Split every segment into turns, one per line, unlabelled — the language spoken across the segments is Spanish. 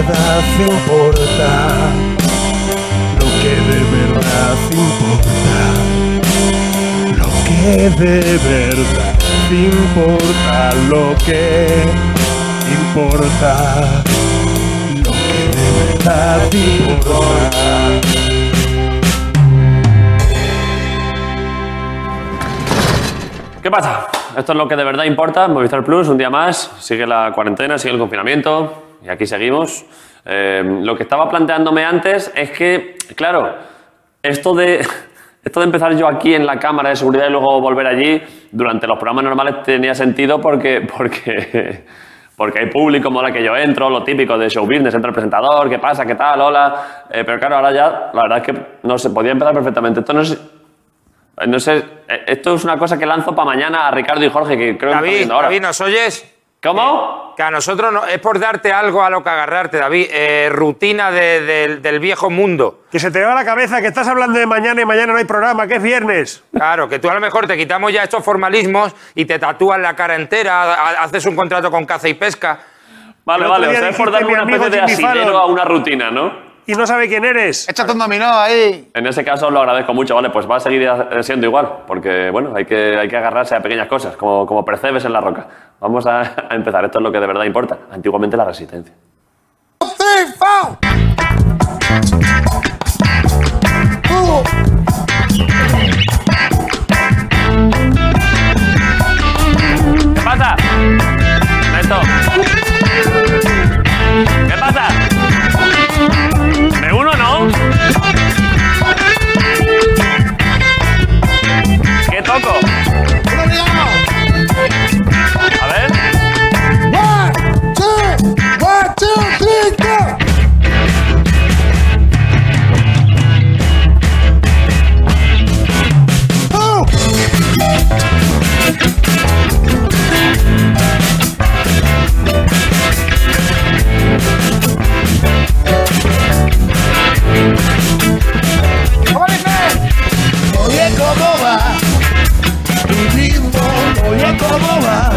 verdad importa, lo que de verdad importa, lo que de verdad importa, lo que importa, lo que de verdad importa.
¿Qué pasa? Esto es lo que de verdad importa. Movistar Plus, un día más. Sigue la cuarentena, sigue el confinamiento. Y aquí seguimos. Eh, lo que estaba planteándome antes es que, claro, esto de, esto de empezar yo aquí en la cámara de seguridad y luego volver allí durante los programas normales tenía sentido porque, porque, porque hay público, mola que yo entro, lo típico de show business, entra el presentador, ¿qué pasa? ¿Qué tal? Hola. Eh, pero claro, ahora ya, la verdad es que no se podía empezar perfectamente. Esto no es, no sé, eh, esto es una cosa que lanzo para mañana a Ricardo y Jorge, que creo que están
David,
viendo ahora.
David, ¿nos oyes?
¿Cómo?
Que a nosotros no, es por darte algo a lo que agarrarte, David. Eh, rutina de- del- del viejo mundo.
Que se te va la cabeza, que estás hablando de mañana y mañana no hay programa, que es viernes.
Claro, que tú a lo mejor te quitamos ya estos formalismos y te tatúas la cara entera, ha- haces un contrato con caza y pesca.
Vale,
El otro
vale, o
día
sea, es
dijiste,
por darle
mi
una
amigo
especie de
Jimmy
asidero
Fallon.
a una rutina, ¿no?
Y no sabe quién eres.
Échate un dominó ahí.
En ese caso os lo agradezco mucho, vale, pues va a seguir eh, siendo igual, porque bueno, hay que, hay que agarrarse a pequeñas cosas, como, como percebes en la roca. Vamos a, a empezar, esto es lo que de verdad importa, antiguamente la resistencia.
Three, four. Two.
¿Qué pasa? Neto. ¿Qué pasa? ¿Me uno no? ¿Qué toco?
Uno obligado.
A ver.
One, two, one, two, three, go. Two.
Oye, ¿cómo va? Tu ritmo, oye, ¿cómo va?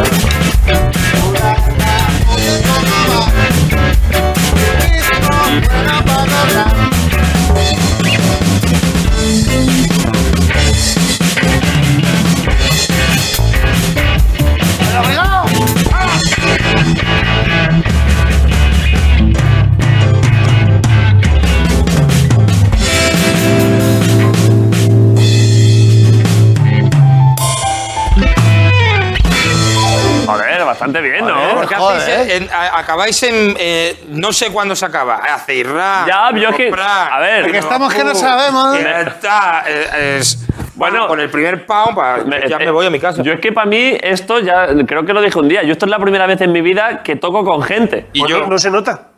Joder, bastante bien, ¿no?
Joder.
Porque hacéis,
Joder.
eh, en- a- acabáis en. eh, no sé cuándo se acaba. Hacéis rap.
Ya, yo es que-
comprar,
a ver.
pero-
Estamos que no sabemos.
Ya está, eh, es-
Bueno.
bueno, con el primer pound, pa-
Me-
ya
eh,
me voy a mi casa.
Yo es que para mí esto ya, creo que lo dije un día, yo esto es la primera vez en mi vida que toco con gente.
y yo.
No se nota.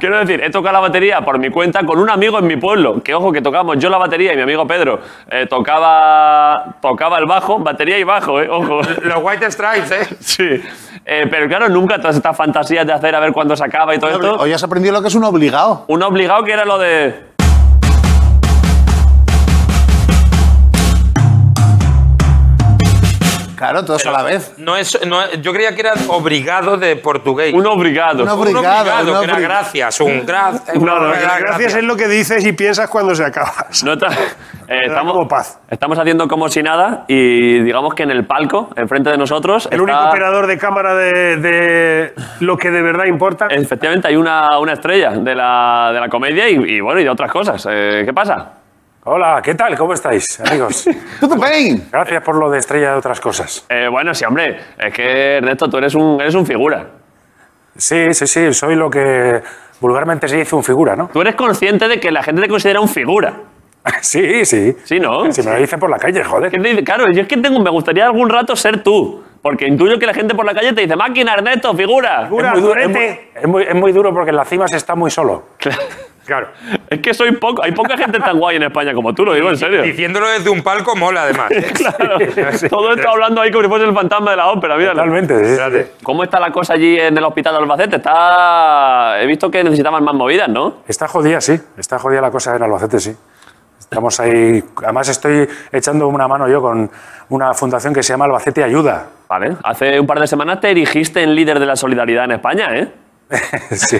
Quiero decir, he tocado la batería por mi cuenta con un amigo en mi pueblo, que ojo que tocamos yo la batería y mi amigo Pedro eh, tocaba, tocaba el bajo, batería y bajo, eh, ojo.
Los White Stripes, ¿eh?
Sí, Eh, pero claro, nunca todas estas fantasías de hacer a ver cuándo se acaba y todo esto.
Hoy has aprendido lo que es un obligado.
Un obligado que era lo de.
Claro, todos a la vez.
No es, no es- yo creía que era obligado de portugués.
Un obligado.
Un
Un obligado,
un
que era
obli-
gracias, un gracias.
No, no,
gracias.
Gracias es lo que dices y piensas cuando se acaba.
No está- eh, estamos,
como paz.
estamos haciendo como si nada y digamos que en el palco, enfrente de nosotros,
El único operador de cámara de, de lo que de verdad importa.
efectivamente hay una, una estrella de la, de la comedia y, y, bueno, y de otras cosas. Eh, ¿Qué pasa?
Hola, ¿qué tal? ¿Cómo estáis, amigos?
Tú te pein.
Gracias por lo de estrella de otras cosas.
Eh, bueno, sí, hombre, es que Ernesto, tú eres un, eres un figura.
Sí, sí, sí, soy lo que vulgarmente se dice un figura, ¿no?
Tú eres consciente de que la gente te considera un figura.
Sí, sí.
Sí, ¿no?
Si me lo dicen por la calle,
Que
joder.
te dice- Claro, yo es que tengo, me gustaría algún rato ser tú. Porque intuyo que la gente por la calle te dice, máquina, Ernesto, figura.
Es muy, duro, es, muy, es muy- es muy duro porque en la cima se está muy solo.
Claro. Es que soy poco, hay poca gente tan guay en España como tú, lo digo en serio.
Diciéndolo desde un palco mola, además. ¿eh?
Claro. Todo esto hablando ahí como si fuese el fantasma de la ópera, míralo.
Totalmente. sí.
¿Cómo está la cosa allí en el hospital de Albacete? Está... He visto que necesitaban más movidas, ¿no?
Está jodida, sí. Está jodida la cosa en Albacete, sí. Estamos ahí. Además, estoy echando una mano yo con una fundación que se llama Albacete Ayuda.
Vale. Hace un par de semanas te erigiste en líder de la solidaridad en España, ¿eh?
sí.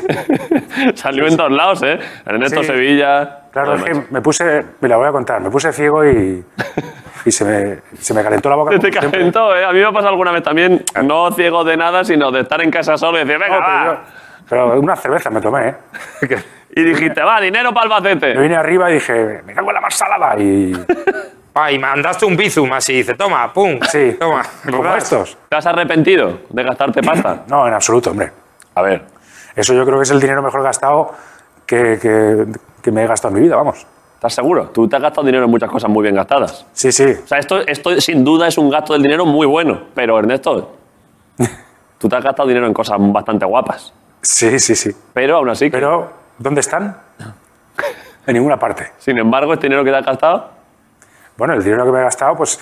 Salió en todos lados, ¿eh? Ernesto
Sí.
Sevilla.
Claro,
todo
es
el macho.
que me puse, me la voy a contar, me puse ciego y, y se, me, se me calentó la boca.
Te calentó, ¿eh? A mí me ha pasado alguna vez también, no ciego de nada, sino de estar en casa solo y decir, venga,
No, pero, yo-
va.
pero una cerveza me tomé, ¿eh?
Y dijiste, va, dinero para
Me
Albacete.
vine arriba y dije, me cago en la más salada. Y
Ah, y mandaste un bizum así, dice, toma, pum.
sí,
Toma.
como estos.
¿Te has arrepentido de gastarte pasta?
No, en absoluto, hombre.
A ver.
Eso yo creo que es el dinero mejor gastado que, que- que me he gastado en mi vida, vamos.
¿Estás seguro? Tú te has gastado dinero en muchas cosas muy bien gastadas.
Sí, sí.
O sea, esto, esto sin duda es un gasto del dinero muy bueno, pero Ernesto, tú te has gastado dinero en cosas bastante guapas,
Sí, sí, sí.
pero aún así,
Pero, ¿dónde están? En ninguna parte.
sin embargo, este dinero que te has gastado
Bueno, el dinero que me he gastado, pues,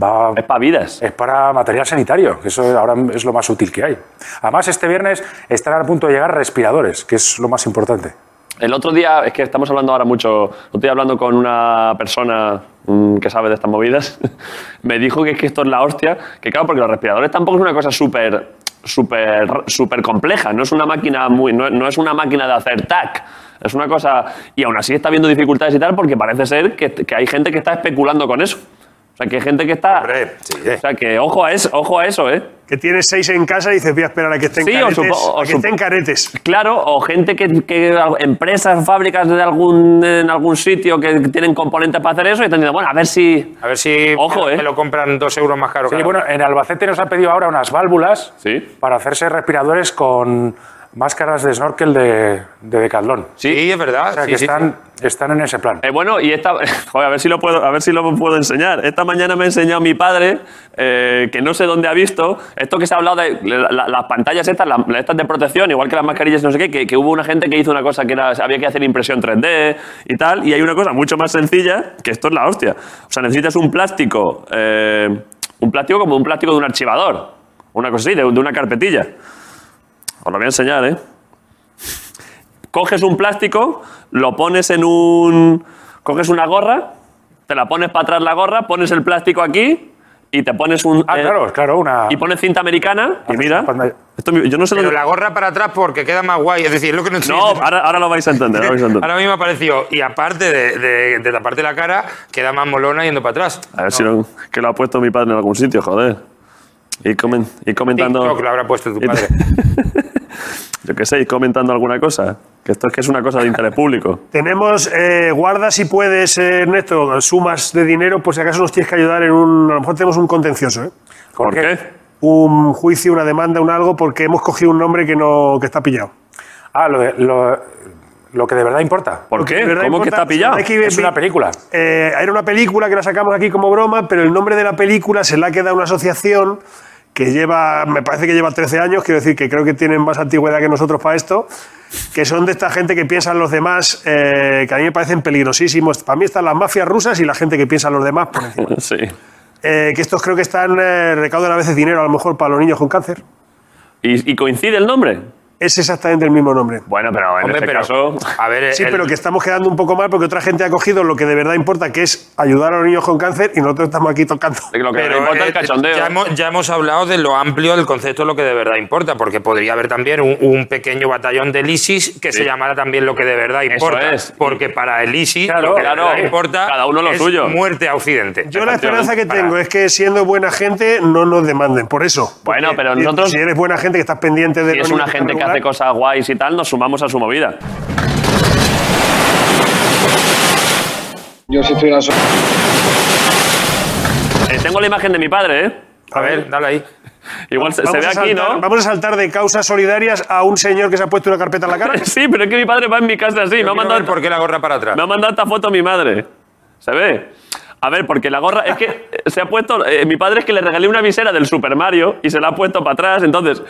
va,
es para vidas.
es para material sanitario, que eso ahora es lo más útil que hay. Además, este viernes estarán a punto de llegar respiradores, que es lo más importante.
El otro día, es que estamos hablando ahora mucho, estoy hablando con una persona mm, que sabe de estas movidas, me dijo que es que esto es la hostia, que claro, porque los respiradores tampoco es una cosa súper, súper, súper compleja, no es una máquina muy, no, no es una máquina de hacer tac, es una cosa, y aún así está habiendo dificultades y tal, porque parece ser que, que hay gente que está especulando con eso. O sea, que hay gente que está...
Hombre, sí, eh.
O sea, que ojo a eso, ojo a eso, ¿eh?
Que tienes seis en casa y dices, voy a esperar a que estén
Sí, o
caretes.
supo- o
a que
supo-
estén caretes.
Claro, o gente que, que- empresas, fábricas de algún, en algún sitio que tienen componentes para hacer eso y están diciendo, bueno, a ver si...
A ver si
Ojo,
me,
eh.
me lo compran dos euros más caro.
Sí,
cada
bueno, en Albacete nos han pedido ahora unas válvulas
Sí.
para hacerse respiradores con máscaras de snorkel de, de Decathlon.
Sí, es verdad.
O sea,
sí,
que
sí,
están, están en ese plan.
Eh, bueno, y esta... Joder, a ver si lo puedo, a ver si lo puedo enseñar. Esta mañana me ha enseñado mi padre, eh, que no sé dónde ha visto, esto que se ha hablado de la- la- las pantallas estas, la- las estas de protección, igual que las mascarillas, no sé qué, que, que hubo una gente que hizo una cosa que era, había que hacer impresión 3D y tal, y hay una cosa mucho más sencilla, que esto es la hostia. O sea, necesitas un plástico, eh, un plástico como un plástico de un archivador, una cosa así, de, de una carpetilla. Os lo voy a enseñar, ¿eh? Coges un plástico, lo pones en un... Coges una gorra, te la pones para atrás la gorra, pones el plástico aquí y te pones un...
Ah,
eh,
claro, claro, una...
Y pones cinta americana y
Haces
mira...
una pantalla.
esto mi- yo no sé
Pero
dónde...
la gorra para atrás porque queda más guay. Es decir, es lo que no estoy
No, ahora, ahora lo vais a entender, ahora lo vais a entender.
Ahora mismo apareció. Y aparte de, de, de taparte la cara, queda más molona yendo para atrás.
A ver si lo, que lo ha puesto mi padre en algún sitio, joder. Y, comen- y comentando...
TikTok lo habrá puesto tu
y-
padre.
yo qué sé, y comentando alguna cosa. Que esto es que es una cosa de interés público.
Tenemos, eh, guarda si puedes, eh, Ernesto, sumas de dinero por si acaso nos tienes que ayudar en un... A lo mejor tenemos un contencioso, ¿eh?
¿Por, qué?
Un juicio, una demanda, un algo, porque hemos cogido un nombre que, no, que está pillado.
Ah, lo, de- lo, lo que de verdad importa.
¿Por
Porque
qué?
de verdad
¿Cómo que
importa-
está pillado?
hay que-
Es una película.
Eh, era una película que la sacamos aquí como broma, pero el nombre de la película se la ha quedado una asociación que lleva, me parece que lleva 13 años, quiero decir que creo que tienen más antigüedad que nosotros para esto, que son de esta gente que piensan los demás, eh, que a mí me parecen peligrosísimos. Para mí están las mafias rusas y la gente que piensa los demás por encima.
Sí.
Eh, que estos creo que están, eh, recaudan a veces dinero, a lo mejor para los niños con cáncer.
¿Y, y coincide el nombre?
Es exactamente el mismo nombre.
Bueno, pero en
Hombre,
este
pero.
caso...
A ver,
Sí,
el-
pero que estamos quedando un poco mal porque otra gente ha cogido lo que de verdad importa, que es ayudar a los niños con cáncer, y nosotros estamos aquí tocando.
Lo que
pero,
le importa es el
eh,
cachondeo.
Ya hemos, ya hemos hablado de lo amplio del concepto de lo que de verdad importa, porque podría haber también un, un pequeño batallón del ISIS que se llamara también lo que de verdad importa.
es.
Porque para el ISIS
Claro,
lo que
claro.
de verdad importa
Cada uno lo
es
suyo.
muerte a Occidente.
Yo la esperanza que
Para-
tengo es que siendo buena gente no nos demanden, por eso. Porque
Bueno, pero
si-
nosotros-
Si eres buena gente que estás pendiente de...
Si
lo
es
único
una gente que
regular,
hace cosas guays y tal, nos sumamos a su movida.
Yo si estuviera solo.
Eh, tengo la imagen de mi padre, ¿eh?
A ver, dale ahí.
Igual se, se
vamos
ve
a
aquí,
saltar-
¿no?
Vamos a saltar de causas solidarias a un señor que se ha puesto una carpeta en la cara.
Sí, pero es que mi padre va en mi casa así. Me ha,
Quiero
mandado,
ver ¿Por qué la gorra para atrás?
me ha mandado esta foto mi madre. ¿Se ve? A ver, porque la gorra es que eh, se ha puesto. eh, mi padre es que le regalé una visera del Super Mario y se la ha puesto para atrás. Entonces,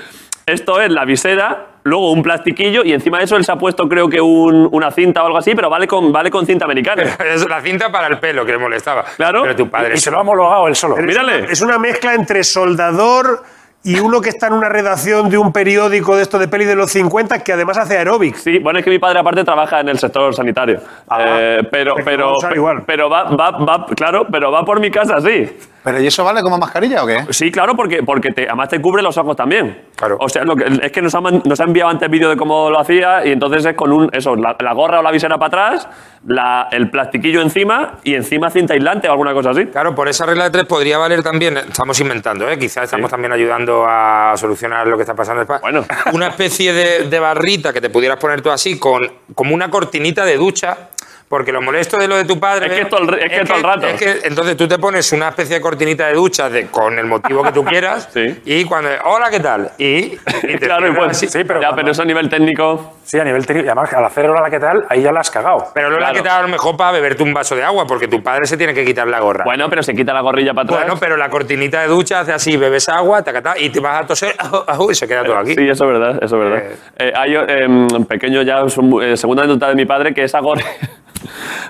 esto es la visera, luego un plastiquillo y encima de eso él se ha puesto, creo que, un- una cinta o algo así, pero vale con, vale con cinta americana.
Es la cinta para el pelo que le molestaba.
Claro.
Pero tu padre.
Y se lo ha homologado él solo.
Pero es
Pues mírale.
una- Es una mezcla entre soldador y uno que está en una redacción de un periódico de esto de peli de los 50 que además hace aeróbics.
Sí, bueno, es que mi padre aparte trabaja en el sector sanitario. Eh, pero,
Ah, es que
pero,
vamos a usar
pe-
igual.
pero va, va, va, claro, pero va por mi casa, sí.
¿Pero y eso vale como mascarilla o qué?
Sí, claro, porque, porque te, además te cubre los ojos también.
Claro.
O sea, lo que- es que nos ha, man- nos ha enviado antes vídeo de cómo lo hacía y entonces es con un, eso, la, la gorra o la visera para atrás, la- el plastiquillo encima y encima cinta aislante o alguna cosa así.
Claro, por esa regla de tres podría valer también, estamos inventando, ¿eh? quizás estamos también ayudando a solucionar lo que está pasando en España.
Bueno.
Una especie de, de barrita que te pudieras poner tú así, con, como una cortinita de ducha, porque lo molesto de lo de tu padre.
Es que todo el r- es que todo el rato.
es que- entonces tú te pones una especie de cortinita de ducha de- con el motivo que tú quieras,
Sí.
y cuando. Hola, ¿qué tal? Y. y te
claro, y
cierras
pues,
así.
sí, pero
ya,
cuando-
pero eso a nivel técnico.
Sí, a nivel técnico. Y además, al hacer hora la que tal, ahí ya la has cagado.
Pero Lola,
Claro.
¿qué tal a lo mejor para beberte un vaso de agua? Porque tu padre se tiene que quitar la gorra.
Bueno, pero se quita la gorrilla para atrás.
Bueno, pero la cortinita de ducha hace así, bebes agua, tacatá, y te vas a toser, y se queda todo aquí.
Sí, eso es verdad, eso es verdad. Eh, hay eh, un pequeño ya, es un- eh, segunda anécdota de mi padre, que esa gorra...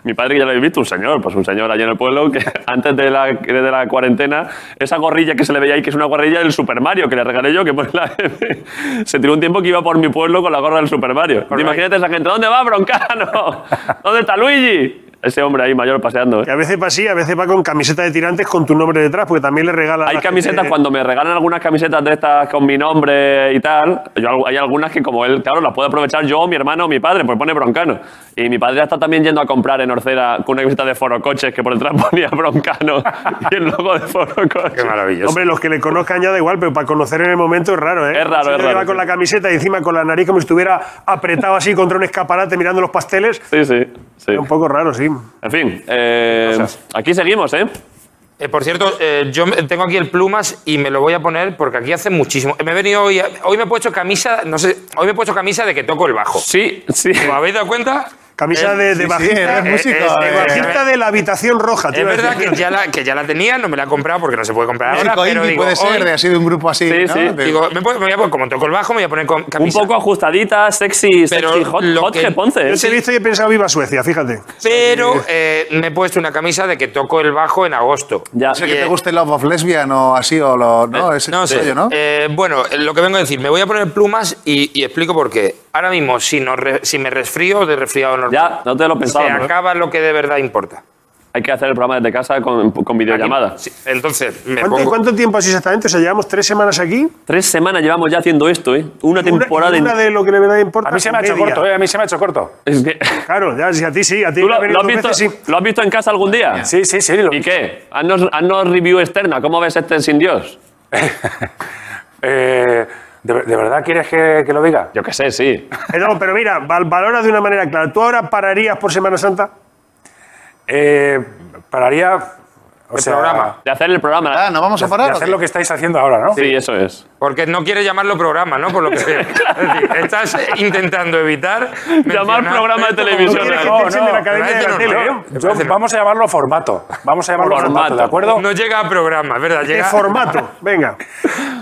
mi padre, que ya lo habéis visto, un señor, pues un señor allá en el pueblo, que antes de la, de la cuarentena, esa gorrilla que se le veía ahí, que es una gorrilla del Super Mario, que le regalé yo, que pone la M, se tiró un tiempo que iba por mi pueblo con la gorra del Super Mario. Imagínate esa gente, ¿dónde va Broncano? ¿Dónde está Luigi? Ese hombre ahí mayor paseando. ¿eh?
Que a veces va así, a veces va con camiseta de tirantes con tu nombre detrás, porque también le regalan. a
Hay
la
camisetas,
gente-
cuando me regalan algunas camisetas de estas con mi nombre y tal, yo al- hay algunas que como él, claro, las puedo aprovechar yo, mi hermano o mi padre, pues pone broncano. Y mi padre ya está también yendo a comprar en Orcera con una camiseta de Foro Coches que por detrás ponía broncano y el logo de Foro Coches.
Qué maravilloso.
Hombre, los que le conozcan ya da igual, pero para conocer en el momento es raro, ¿eh?
Es raro,
Un señor
es
que
raro,
va con
sí.
la camiseta y encima con la nariz como si estuviera apretado así contra un escaparate mirando los pasteles.
Sí, sí, sí.
Es un poco raro, sí.
En fin, eh, aquí seguimos, ¿eh?
Eh, por cierto, eh, yo me- tengo aquí el plumas y me lo voy a poner porque aquí hace muchísimo. Eh, Me he venido hoy, a- hoy me he puesto camisa, no sé, hoy me he puesto camisa de que toco el bajo.
Sí, sí.
¿Os habéis dado cuenta?
Camisa
Eh,
de, de
sí,
bajista.
eres músico,
de
eh.
bajista de la habitación roja, te
Es
iba a decir.
verdad que ya, la, que ya la tenía, no me la he comprado porque no se puede comprar ahora,
Músico
pero
indie
digo,
puede ser,
hoy-
de así de un grupo así.
Sí,
¿no?
sí.
De-
digo, me puedo- me voy a poner- como toco el bajo, me voy a poner con
Un
camisa.
poco ajustadita, sexy,
Pero
sexy, hot,
lo
hot
que-
que Ponce. ¿eh?
Yo te he visto y he pensado, viva Suecia, fíjate.
Pero eh, me he puesto una camisa de que toco el bajo en agosto.
Ya.
Ese que
Y,
te
eh,
guste Love of Lesbian o así, o lo, ¿no? Ese
No sé.
rollo, ¿no?
Eh, bueno, eh, lo que vengo a decir, me voy a poner plumas y, y explico por qué. Ahora mismo, si, nos re- si me resfrío, de resfriado normal,
Ya, ¿eh? no te lo
se
pensaba. ¿no?
acaba lo que de verdad importa.
Hay que hacer el programa desde casa con, con videollamada.
Sí, entonces, me
¿Cuánto,
pongo...
cuánto tiempo así exactamente? O sea, llevamos tres semanas aquí.
Tres semanas llevamos ya haciendo esto, ¿eh? Una
Una-
temporada.
y
en-
una de lo que le verdad importa.
A mí se me ha hecho
media.
corto, ¿eh? A mí se me ha hecho corto.
Es que-
Claro, ya, si a ti sí, a ti
¿Tú
me ha
lo, lo
venido
has
dos
visto,
veces, sí.
lo has visto en casa algún día?
Sí, sí, sí. lo-
¿Y qué? Haznos, haznos review externa. ¿Cómo ves este sin Dios?
Eh, ¿de, de verdad quieres que, que lo diga?
Yo qué sé, sí.
Eh, no, pero mira, val- valora de una manera clara. ¿Tú ahora pararías por Semana Santa?
Eh, pararía. O
El
sea,
programa.
De hacer el programa.
Ah, ¿no vamos a
De
parar? o
hacer
qué?
lo que estáis haciendo ahora, ¿no?
Sí, eso es.
Porque no quiere llamarlo programa, ¿no? Por lo que veo. Es decir, estás intentando evitar... mencionar
programa de
esto como-
televisión.
¿No quieres que
no,
te echen de
no,
la academia
me
de la
parece
tele?
normal.
eh?
Yo- vamos a llamarlo formato. Vamos a llamarlo formato,
Formato.
¿de acuerdo?
No llega a programa, es ¿verdad?
De
Llega...
formato, venga.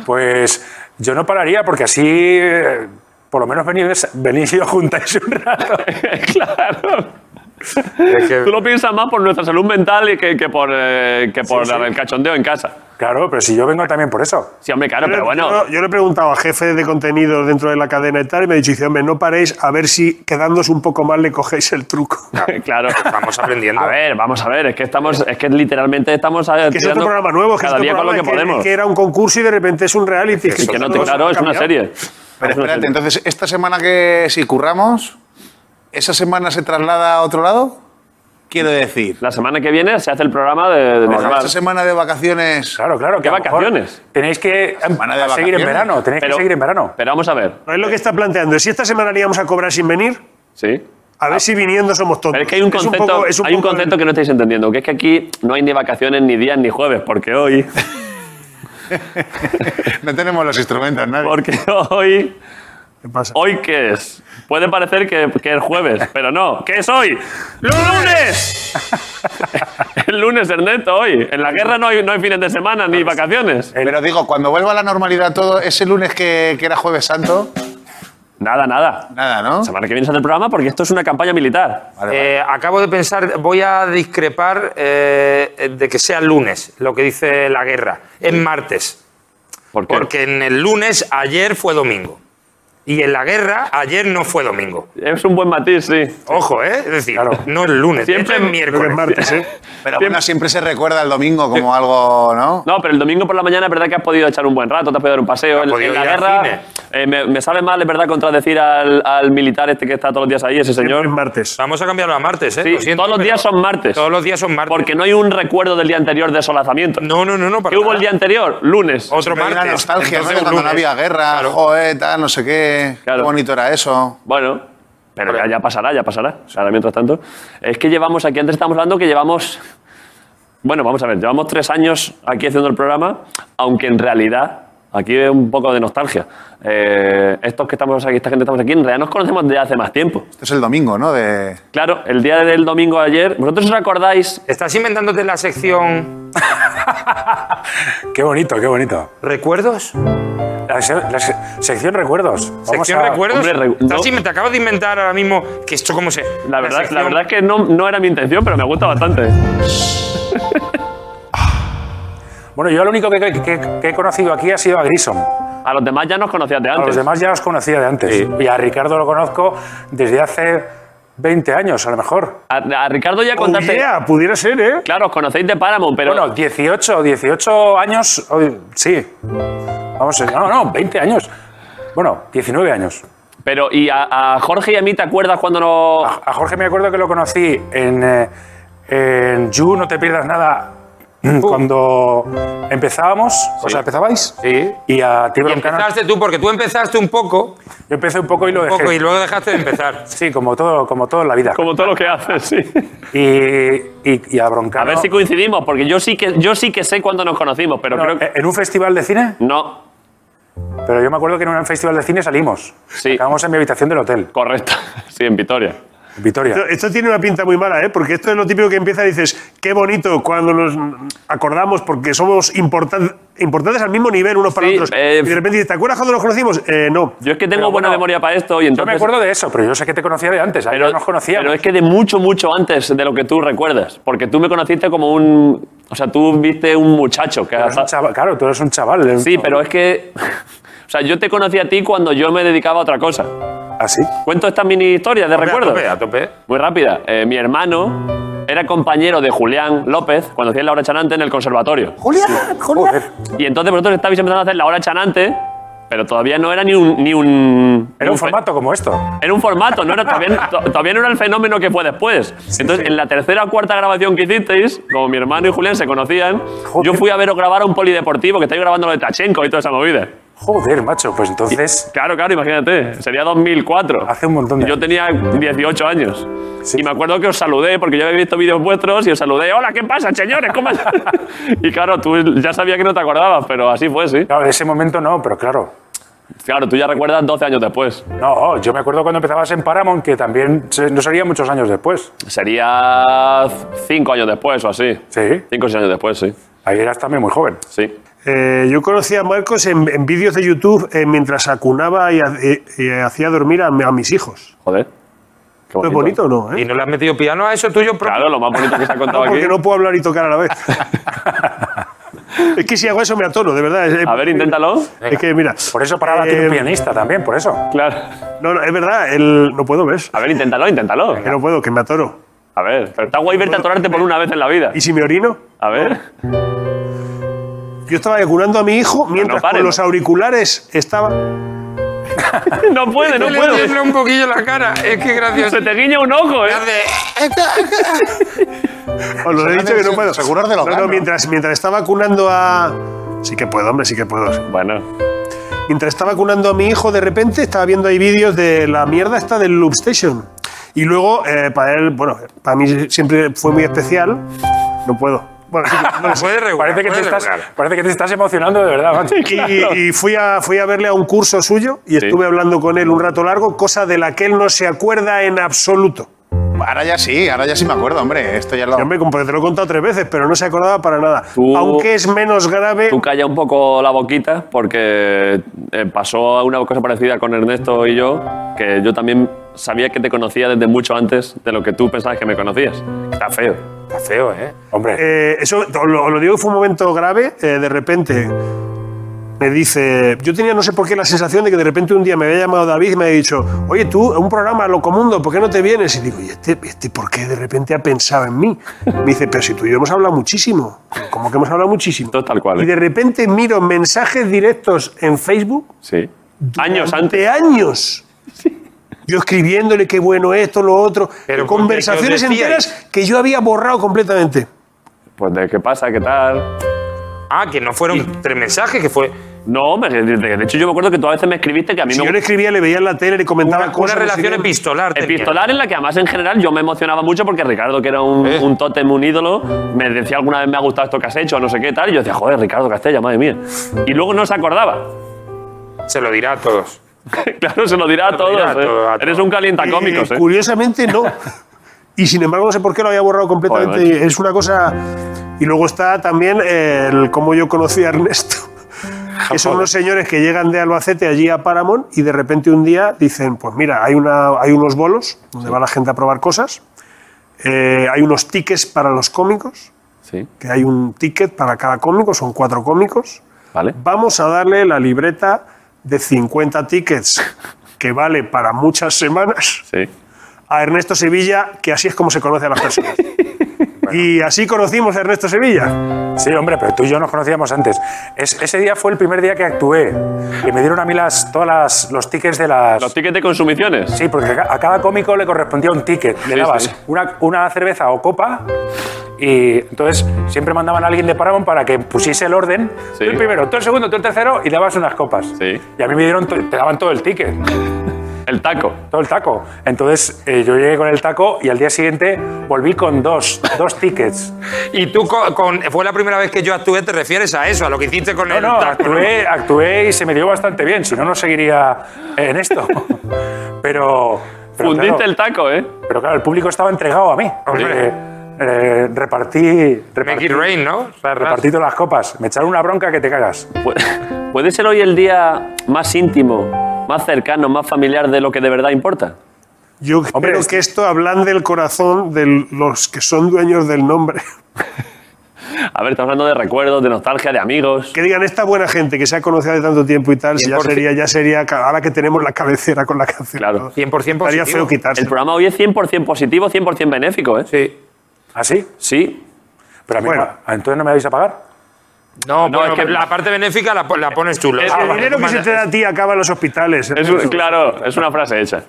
Pues yo no pararía porque así. eh, por lo menos venís, venís y os juntáis un rato.
claro.
Es que-
Tú lo piensas más por nuestra salud mental y que, que por, eh, que por el cachondeo en casa.
Claro, pero si yo vengo también por eso.
Sí, hombre, claro, pero bueno.
Yo, yo le he preguntado a jefes de contenido dentro de la cadena y tal, y me ha dicho, dice, hombre, no paréis a ver si quedándoos un poco mal le cogéis el truco.
claro.
Estamos aprendiendo.
A ver, vamos a ver. Es que estamos, es que literalmente estamos a-
Que es
tirando
otro programa nuevo, que es
cada
otro
día con lo
programa
que
que,
podemos.
que era un concurso y de repente es un reality.
Y que no te,
todo
claro,
ha
es una
cambiado.
serie.
Pero
Es una
espérate,
serie.
entonces, esta semana que si curramos, ¿esa semana se traslada a otro lado? Quiero decir,
La semana que viene se hace el programa de, de Jamal.
esa semana de vacaciones.
Claro, claro.
¿Qué
a lo mejor
vacaciones?
Tenéis que
Semana de
a seguir en
vacaciones.
verano. Tenéis que seguir en verano.
Pero vamos a ver.
No es lo que está planteando. Si esta semana le íbamos a cobrar sin venir,
Sí.
a ver si viniendo somos tontos.
Ah. Pero es que hay un concepto,
poco- es un
hay un
poco el-
concepto que no estáis entendiendo, que es que aquí no hay ni vacaciones, ni días, ni jueves, porque hoy,
No tenemos los instrumentos, nadie.
porque hoy,
¿Qué pasa?
hoy qué es. Puede parecer que, que es jueves, pero no. ¿Qué es hoy? ¡Lunes! el lunes, Ernesto, hoy. En la guerra no hay, no hay fines de semana, ni vacaciones.
Pero digo, cuando vuelva a la normalidad todo, ese lunes que, que era Jueves Santo,
Nada, nada.
nada, ¿no?
La semana que viene se hace el programa porque esto es una campaña militar.
Eh, acabo de pensar, voy a discrepar eh, de que sea lunes, lo que dice la guerra. Es martes,
¿Por qué?
porque en el lunes ayer fue domingo. Y en la guerra, ayer no fue domingo.
Es un buen matiz, sí.
Ojo, ¿eh? Es decir, no es lunes,
Siempre-
siempre es miércoles.
Es martes, ¿eh?
Pero bueno, siempre se recuerda el domingo como algo, ¿no?
No, pero el domingo por la mañana es verdad que has podido echar un buen rato, te has podido dar un paseo. En, en
podido
la
ir al
guerra,
cine.
eh, me, me sabe mal, es verdad, contradecir al, al militar este que está todos los días ahí, ese
Siempre es
señor.
martes.
Vamos a cambiarlo a martes, ¿eh?
Sí,
Lo siento,
todos los
pero
días son martes.
Todos los días son martes.
Porque no hay un recuerdo del día anterior de solazamiento.
No, no, no, no. para
¿Qué hubo
nada.
el día anterior? Lunes.
Otro
Siempre hay
martes.
una nostalgia, ¿no?
entonces
De
un
cuando no
lunes.
había guerra,
Claro.
joder, tal, no sé qué.
Claro.
Qué bonito era eso.
Bueno, pero ya, ya pasará, ya pasará. O sea, ahora mientras tanto. Es que llevamos aquí, antes estamos hablando que llevamos. Bueno, vamos a ver, llevamos tres años aquí haciendo el programa, aunque en realidad. Aquí es un poco de nostalgia. Eh, estos que estamos aquí, esta gente que estamos aquí, en realidad nos conocemos desde hace más tiempo.
Este es el domingo, ¿no? De...
Claro, el día del domingo de ayer, ¿vosotros os acordáis?
Estás inventándote la sección
Qué bonito, qué bonito.
recuerdos.
La, se- la se- sección recuerdos. Vamos
Sección
a-
recuerdos.
hombre, recu-
Estás
no.
inven- te acabas de inventar ahora mismo que esto cómo se.
La verdad, la
sección-
verdad es que no, no era mi intención, pero me gusta bastante.
Bueno, yo lo único que, que- que- que he conocido aquí ha sido a Grissom.
A los demás ya nos conocías de
A
antes.
los demás ya los conocía de antes.
Sí.
Y a Ricardo lo conozco desde hace 20 años, a lo mejor.
A, a Ricardo ya
Oh,
contaste.
yeah, pudiera ser, ¿eh?
Claro, os conocéis de Paramount, pero.
Bueno, 18, 18 años. o- Sí. Vamos, eh, no, no, 20 años. Bueno, 19 años.
Pero, ¿y a, a Jorge y a mí te acuerdas cuando no.?
A, a Jorge me acuerdo que lo conocí en, eh, en You, no te pierdas nada.
Uh.
Cuando empezábamos, o sea, empezábais,
Sí.
y a ti
Y
Broncano-
empezaste tú, porque tú empezaste un poco,
yo empecé un poco y lo
un
Pues
dejé.
poco y luego dejaste de empezar.
Sí, como todo, como todo en la vida.
Como todo lo que haces, sí.
Y, y, y a Broncano.
A ver si coincidimos, porque yo sí que, yo sí que sé cuándo nos conocimos, pero
Bueno,
creo que.
¿En un festival de cine?
No,
Pero yo me acuerdo que en un festival de cine salimos.
Sí.
Acabamos en mi habitación del hotel,
correcto. Sí, en Vitoria.
en Vitoria.
Esto, esto tiene una pinta muy mala, ¿eh? Porque esto es lo típico que empieza y dices, qué bonito cuando nos acordamos porque somos importan- importantes al mismo nivel unos para
Sí,
otros.
eh,
y de repente dices, ¿te acuerdas cuando nos conocimos? Eh, no.
Yo es que tengo
Pero
buena
bueno,
memoria para esto y entonces.
Yo me acuerdo de eso, pero yo sé que te conocía de antes, ahí no nos conocíamos.
pero es que de mucho, mucho antes de lo que tú recuerdas. Porque tú me conociste como un. O sea, tú viste un muchacho que.
Tú eres un chaval- claro, tú eres un chaval. eh,
Sí, pero es que. O sea, yo te conocí a ti cuando yo me dedicaba a otra cosa.
Así.
Cuento esta mini historia de recuerdo.
A tope, a tope.
Muy rápida. Eh, mi hermano era compañero de Julián López cuando hacía la hora chanante en el conservatorio.
Joder.
Y entonces vosotros estabais empezando a hacer la hora chanante, pero todavía no era ni un. Ni un
Era un
fe-
formato como esto.
Era un formato, no era, todavía, to- todavía no era el fenómeno que fue después. Entonces, en la tercera o cuarta grabación que hicisteis, como mi hermano y Julián se conocían,
Joder.
yo fui a veros grabar a un polideportivo que estáis grabando lo de Tachenko y toda esa movida.
Joder, macho, pues entonces.
Claro, claro, imagínate. Sería 2004.
Hace un montón de
Yo
años.
tenía 18 años.
Sí.
Y me acuerdo que os saludé, porque yo había visto vídeos vuestros y os saludé. Hola, ¿qué pasa, señores? ¿Cómo es-?" Y claro, tú ya sabía que no te acordabas, pero así fue, sí.
Claro, de ese momento no, pero claro.
Claro, tú ya recuerdas 12 años después.
No, yo me acuerdo cuando empezabas en Paramount, que también se- no sería muchos años después.
Sería 5 años después o así.
Sí.
5 o 6 años después, sí.
Ahí eras también muy joven.
Sí.
Eh, yo conocí a Marcos en, en vídeos de YouTube eh, mientras acunaba y, ha- y- y hacía dormir a, a mis hijos.
Joder. Qué
Pues
¿No es bonito o no?
¿Y
eh?
no le has metido piano a eso tuyo propio?
Claro, lo más bonito que se ha
No,
contado aquí.
porque no puedo hablar y tocar a la vez. es que si hago eso me atono, de verdad. Es-
A ver, inténtalo.
Es que mira.
Por eso Parada tiene
eh,
un pianista también, por eso.
Claro.
No, no, es verdad, el- no puedo, ¿ves?
A ver, inténtalo, inténtalo.
Que no puedo, que me atoro.
A ver, pero está guay verte atorarte por una vez en la vida.
¿Y si me orino?
A ver.
Yo estaba vacunando a mi hijo mientras
pare,
con
no.
los auriculares estaba.
No puede, no
le
puede.
tiembla un poquillo la cara. Es que gracioso.
Se te guiña un ojo, ¿eh?
Hace-
Os lo he dicho que no puedo.
Seguros de los
No, no,
ganos.
mientras, mientras está vacunando a. Sí que puedo, hombre, sí que puedo.
Bueno,
Mientras estaba vacunando a mi hijo, de repente estaba viendo ahí vídeos de la mierda esta del Loop Station. Y luego, eh, para él, bueno, para mí siempre fue muy especial. No puedo. Bueno, sí que- no lo sé.
Puedes regular,
Parece que, te
puedes
estás,
regular.
parece que te estás emocionando de verdad, macho.
Y, y fui, a, fui a verle a un curso suyo y estuve hablando con él un rato largo, cosa de la que él no se acuerda en absoluto.
Ahora ya sí, ahora ya sí me acuerdo, hombre. Esto ya lo.
Ah.
Yo me te lo he contado tres veces, pero no se acordaba para nada.
Tú-
Aunque es menos grave.
tú calla un poco la boquita porque eh, pasó una cosa parecida con Ernesto y yo, que yo también sabía que te conocía desde mucho antes de lo que tú pensabas que me conocías. Está feo.
Está feo, ¿eh?
Hombre,
Eh, eso os lo, os lo digo, fue un momento grave. eh, de repente, me dice, yo tenía no sé por qué la sensación de que de repente un día me había llamado David y me había dicho, oye tú, un programa Locomundo, ¿por qué no te vienes? Y digo, ¿y este, este por qué de repente ha pensado en mí? Me dice, pero si tú y yo hemos hablado muchísimo, como que hemos hablado muchísimo.
Todo tal cual,
Y
¿eh?
de repente miro mensajes directos en Facebook
Sí. Años antes.
de años. Yo escribiéndole qué bueno esto, lo otro,
Pero,
conversaciones
¿qué os decíais?
enteras que yo había borrado completamente.
Pues de qué pasa, qué tal.
Ah, que no fueron tres mensajes, que fue
No, hombre, de, de- de hecho yo me acuerdo que tú a veces me escribiste que a mí
Si
me
yo le escribía, le veía en la tele, le comentaba
una, una
cosas. no sé
relación
qué.
epistolar. tenía.
Epistolar en la que además en general yo me emocionaba mucho porque Ricardo, que era un,
Eh.
un tótem, un ídolo, me decía alguna vez me ha gustado esto que has hecho, no sé qué tal, y yo decía, joder, Ricardo Castella, madre mía. Y luego no se acordaba.
Se lo dirá a todos.
claro, se lo dirá a
Se lo
todos.
dirá a
eh.
todo- a todo.
Eres un calientacómicos,
Eh,
eh.
Curiosamente no. Y sin embargo, no sé por qué lo había borrado completamente.
Joder,
es una cosa. Y luego está también el cómo yo conocí a Ernesto. Que son unos señores que llegan de Albacete allí a Paramount y de repente un día dicen: Pues mira, hay, una, hay unos bolos donde va la gente a probar cosas. eh, hay unos tickets para los cómicos,
Sí,
que hay un ticket para cada cómico, son cuatro cómicos.
vale.
Vamos a darle la libreta de 50 tickets que vale para muchas semanas
Sí.
a Ernesto Sevilla, que así es como se conoce a las personas. Y así conocimos a Ernesto Sevilla.
Sí, hombre, pero tú y yo nos conocíamos antes. Es- ese día fue el primer día que actué. Y me dieron a mí las, todas las, los tickets de las...
Los tickets de consumiciones.
Sí, porque a ca- a cada cómico le correspondía un ticket. Le
Sí,
dabas
sí.
Una, una cerveza o copa y entonces siempre mandaban a alguien de Paramount para que pusiese el orden.
Sí.
Tú el primero, tú el segundo, tú el tercero y dabas unas copas.
Sí.
Y a mí me dieron, to- te daban todo el ticket,
El taco.
todo el taco. Entonces eh, yo llegué con el taco y al día siguiente volví con dos, dos tickets.
Y tú, con, con- fue la primera vez que yo actué, ¿te refieres a eso? A lo que hiciste con
No,
el
no,
taco?
actué, actué y se me dio bastante bien, si no, no seguiría en esto. Pero. pero
Fundiste
claro,
el taco, ¿eh?
Pero claro, el público estaba entregado a mí. Porque, eh, repartí.
Make
repartí
it rain, ¿no?
o sea, repartí todas las copas. Me echaron una bronca que te cagas.
Pu- ¿Puede ser hoy el día más íntimo, más cercano, más familiar de lo que de verdad importa?
Yo
Hombre,
espero
es-
que esto hablan del corazón de los que son dueños del nombre.
A ver, estamos hablando de recuerdos, de nostalgia, de amigos.
Que digan, esta buena gente que se ha conocido de tanto tiempo y tal, si ya
100%.
sería, ya sería, ca- ahora que tenemos la cabecera con la canción.
Claro.
100%
Estaría
positivo.
feo quitarse.
El programa hoy es 100% positivo, 100% benéfico, ¿eh?
Sí.
¿Así?
Sí.
¿Ah, Pero a mí
Bueno.
no- entonces no me vais a pagar.
No,
No,
bueno,
es que-
la parte benéfica la, po- la pones tú. ah,
Es
Los,
que
El dinero que se te da a ti acaba en los hospitales. ¿eh?
Es un- claro, es una frase hecha.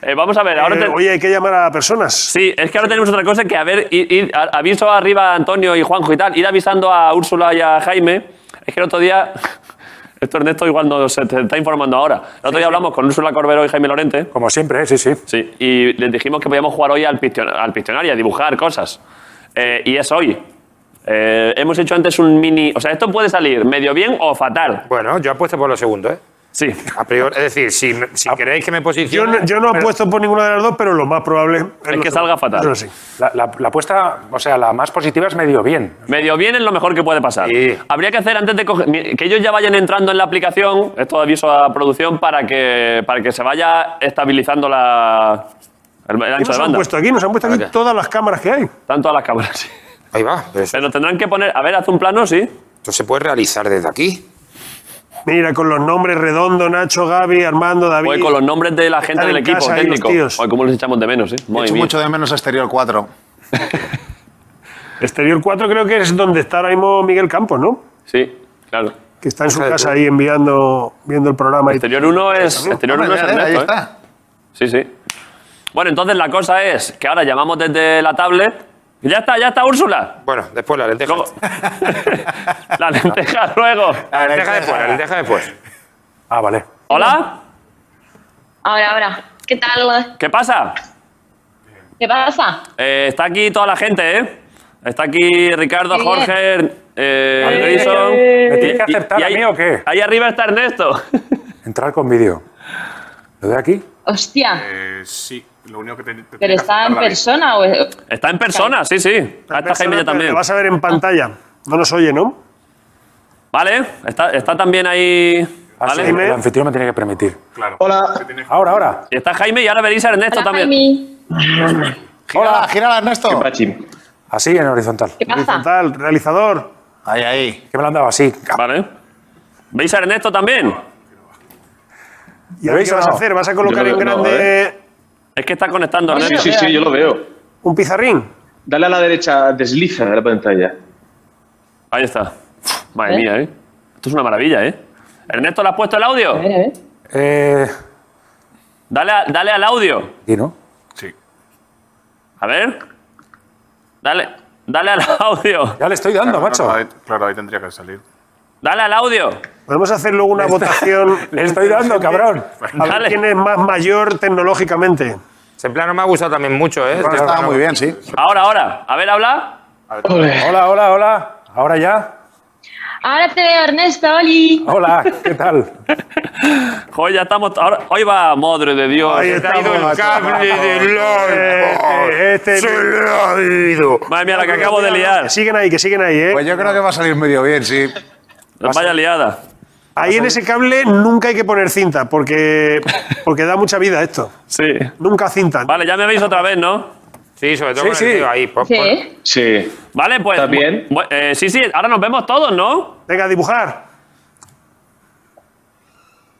Eh, vamos a ver, ahora
Eh,
te-
Oye, hay que llamar a personas.
Sí, es que ahora tenemos otra cosa que, a ver, ir- ir- a- aviso arriba a Antonio y Juanjo y tal, ir avisando a Úrsula y a Jaime. Es que el otro día, esto Ernesto igual no se te está informando ahora. El otro día hablamos con Úrsula Corbero y Jaime Lorente.
Como siempre, ¿eh? sí, sí.
Sí, y les dijimos que podíamos jugar hoy al, piccion- al Piccionario, a dibujar cosas. Eh, y es hoy. Eh, hemos hecho antes un mini. O sea, esto puede salir medio bien o fatal.
Bueno, yo apuesto por lo segundo, ¿eh?
Sí.
A priori, es decir, si, me- si queréis que me
Yo
posicione.
no, yo no apuesto por ninguna de las dos, pero lo más probable
Es
lo
que
segundo.
salga fatal.
Eso sí.
La, la- la apuesta, o sea, la más positiva es medio bien.
Medio bien es lo mejor que puede pasar.
Sí.
Habría que hacer antes de coger- mi- que ellos ya vayan entrando en la aplicación, esto aviso a producción, para que, para que se vaya estabilizando la, el, el
¿Qué
ancho de
nos han
banda.
puesto aquí? Nos han puesto aquí todas las cámaras que hay.
Están todas las cámaras. sí.
Ahí va. pero eso,
Se nos tendrán que poner. A ver, haz un plano, sí.
esto se puede realizar desde aquí.
Mira, con los nombres Redondo, Nacho, Gaby, Armando, David.
Hoy Pues con los nombres de la gente
Están
del
en
equipo
casa ahí los
técnico.
tíos.
Hoy, ¿cómo les echamos de menos, eh? Muy
Echo
bien.
mucho de menos a Exterior 4.
Exterior 4 creo que es donde está ahora mismo Miguel Campos, ¿no?
Sí, claro.
Que está en su casa ahí enviando, viendo el programa. y-
Exterior 1 es, exterior uno
Hombre,
es
mira, ahí
Ernesto, ¿eh?
está.
Sí, sí. Bueno, entonces la cosa es que ahora llamamos desde la tablet. Y Ya está, ya está, Úrsula.
Bueno, después la lenteja.
Luego- la lenteja luego.
La lenteja después, la lenteja después.
Ah, vale.
Hola,
Ahora, ahora. ¿Qué tal?
¿qué pasa?
¿Qué pasa?
Eh, está aquí toda la gente, ¿eh? Está aquí Ricardo,
Qué bien.
Jorge, eh,
Eh,
Grayson.
¿me tienes que
Y- y-
aceptar
y
a
ahí-
mí o qué?
Ahí arriba está Ernesto.
Entrar con vídeo. ¿Lo de aquí?
Eh,
Hostia,
sí, lo único que te, te
¿pero
tiene que
está en
aceptar David.
persona o...?
Está en persona, sí, sí. Ahí está Jaime ya
Persona,
también.
Lo vas a ver en pantalla. No nos oye, ¿no?
Vale, está, está también ahí.
Ah,
¿vale?
sí, el anfitrión me tiene que permitir.
Claro.
Hola.
Se tiene que-
Ahora, ahora.
Y está Jaime y ahora veréis a Ernesto
Hola,
también.
Jaime.
Gírala, gírala, Ernesto.
Así en horizontal.
¿Qué pasa?
Horizontal, realizador.
Ahí, ahí.
Que me lo han dado así.
Vale. ¿Veis a Ernesto también?
¿Y ahora
¿Veis
qué
o
vas a
no?
hacer? ¿Vas a colocar
Yo
en
no veo- no,
grande
¿eh? Es que está conectando
Sí,
Ernesto.
Sí, sí, sí, yo lo veo.
un pizarrín?
Dale a la derecha, desliza de la pantalla.
Ahí está. Madre
¿Eh?
mía, ¿eh? Esto es una maravilla, ¿eh? Ernesto, ¿le has puesto el audio?
A ver, a ver.
Eh,
Dale, a- dale al audio.
¿Y no?
A ver. Dale, dale al audio.
Ya le estoy dando, macho.
Claro, ahí- claro, ahí tendría que salir.
Dale al audio.
Podemos hacer luego una votación.
Le estoy dando, cabrón.
A ver
Dale.
quién es más mayor tecnológicamente.
Ese plano me ha gustado también mucho, ¿eh?
Este estaba muy bien, sí.
Ahora, ahora. A ver, habla.
Hola, hola, hola. Ahora ya.
Ahora te veo, Ernesto, Oli.
Hola, ¿qué tal?
Joder, ya estamos. Ahora, hoy va, madre de Dios.
Ahí
Se te ha ido
estamos,
el cable
macho.
del árbol.
Este- este-
Se le ha ido.
Madre mía, la que acabo de liar.
Que siguen ahí, que siguen ahí, ¿eh?
Pues yo creo que va a salir medio bien, sí.
Vaya liada.
Ahí en ese cable nunca hay que poner cinta, porque, porque da mucha vida esto.
Sí.
Nunca cinta.
Vale, ya me veis otra vez, ¿no?
Sí, sobre todo
Sí,
con
sí.
el tío ahí. pues, Pon- pon-
Sí.
Sí.
Vale, pues.
¿Estás bien?
bu- eh, sí, sí, ahora nos vemos todos, ¿no?
Venga, a dibujar.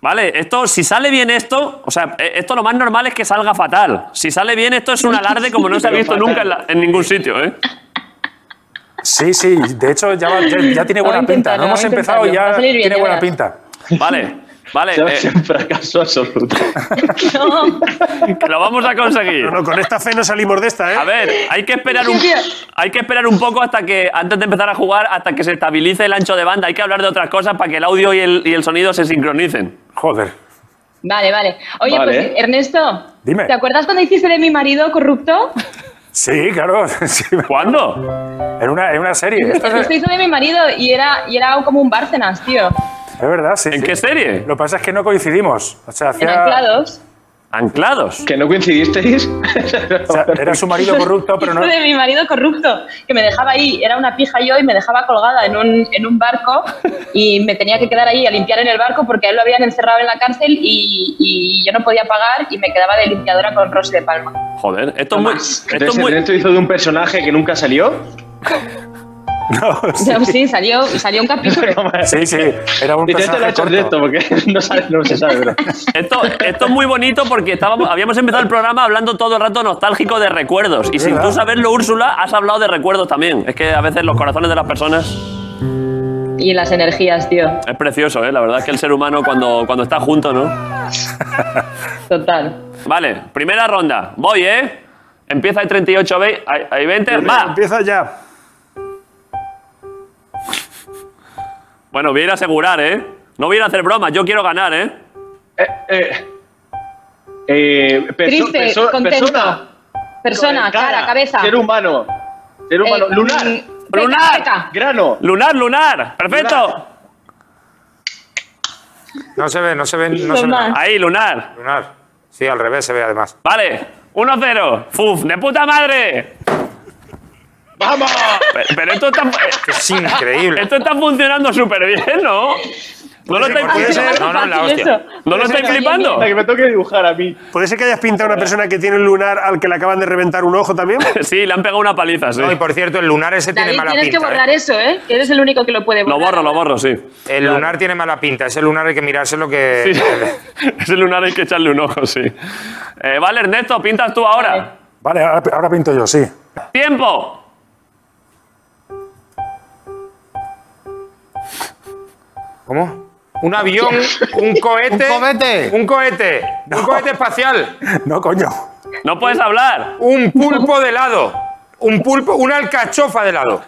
Vale, esto, si sale bien esto, o sea, eh, esto lo más normal es que salga fatal. Si sale bien esto es un alarde como no se ha
Pero
visto
fatal.
nunca en, la- en ningún sitio, ¿eh?
Sí, sí. De hecho, ya, va- ya- ya tiene
Voy a
buena pinta.
intentarlo,
No hemos
voy a
empezado y
intentarlo. Va
ya
a salir bien,
tiene
ya
buena
verás.
pinta.
Vale, vale.
Se va a
eh,
ser un fracaso absoluto.
No.
que lo vamos a conseguir.
No, con esta fe no salimos de esta, ¿eh?
A ver, hay que esperar un,
Sí,
hay que esperar un poco hasta que, antes de empezar a jugar, hasta que se estabilice el ancho de banda. Hay que hablar de otras cosas para que el audio y el, y el sonido se sincronicen.
Joder.
Vale, vale. Oye,
Vale.
pues Ernesto,
Dime.
¿te acuerdas cuando hiciste de mi marido corrupto?
Sí, claro. sí.
¿Cuándo?
en, una, en una serie. Esto es,
Ernesto hizo de mi marido y era, y era como un Bárcenas, tío.
es verdad, sí.
¿En
sí.
qué serie?
Lo que pasa es que no coincidimos. O sea,
En
hacía,
anclados.
Anclados.
¿Que no coincidisteis?
o sea, era su marido corrupto, pero no.
Hijo de mi marido corrupto, que me dejaba ahí, era una pija yo y me dejaba colgada en un, en un barco y me tenía que quedar ahí a limpiar en el barco porque a él lo habían encerrado en la cárcel y, y yo no podía pagar y me quedaba de limpiadora con Rosy de Palma.
Joder, esto es muy. Esto es
Entonces,
muy
Ernesto hizo de un personaje que nunca salió.
Sí, sí salió, salió un capítulo.
Sí, sí. Era un
Dice, esto lo
personaje
ha hecho
corto.
Ernesto, porque no, sabe- no se sabe, bro.
Esto, esto es muy bonito porque estábamos, habíamos empezado el programa hablando todo el rato nostálgico de recuerdos. Y sin tú saberlo, Úrsula, has hablado de recuerdos también. Es que a veces los corazones de las personas
Y las energías, tío.
es precioso, ¿eh? La verdad es que el ser humano cuando, cuando está junto, ¿no?
Total.
Vale, primera ronda. Voy, ¿eh? Empieza el 38, ve- hay hay 20. ¡Va!
Empieza ya.
Bueno, voy a ir a asegurar, ¿eh? No voy a ir a hacer bromas, yo quiero ganar, ¿eh?
Eh, eh, eh, perso-
Triste,
perso-
contento.
persona.
Persona, cara, cabeza.
Ser humano. Ser humano.
Eh,
lunar.
mm,
Lunar.
Peca, peca.
Grano.
¡Lunar, lunar! ¡Perfecto!
No se ve, no se ve. No se ve.
Tomás.
Ahí, lunar.
Lunar. Sí, al revés se ve además.
Vale, 1-0. ¡Fuf! ¡De puta madre!
¡Vamos!
Pero, pero esto está. eh,
Es increíble.
Esto está funcionando súper bien, ¿no? ¿No lo estáis,
Ah,
puede ser.
No, no, la
Fácil
hostia.
eso.
¿no lo estáis flipando?
La que me toque dibujar a mí.
¿Puede ser que hayas pintado a una persona que tiene un lunar al que le acaban de reventar un ojo también?
Sí, le han pegado una paliza, sí.
No, y por cierto, el lunar ese
David,
tiene mala
tienes que
pinta.
borrar
¿eh?
eso, ¿eh? Que eres el único que lo puede
Lo
borrar.
borro, lo borro, sí.
El lunar tiene mala pinta. Ese lunar hay que mirarse lo que.
Ese lunar hay que echarle un ojo, sí. Eh, vale, Ernesto, pintas tú ahora.
Vale, ahora, ahora pinto yo, sí.
¡Tiempo!
¿Cómo? Un avión, un cohete.
Un cohete.
Un cohete. Un cohete espacial.
No, coño.
No puedes hablar.
Un pulpo de helado. Un pulpo, una alcachofa de helado.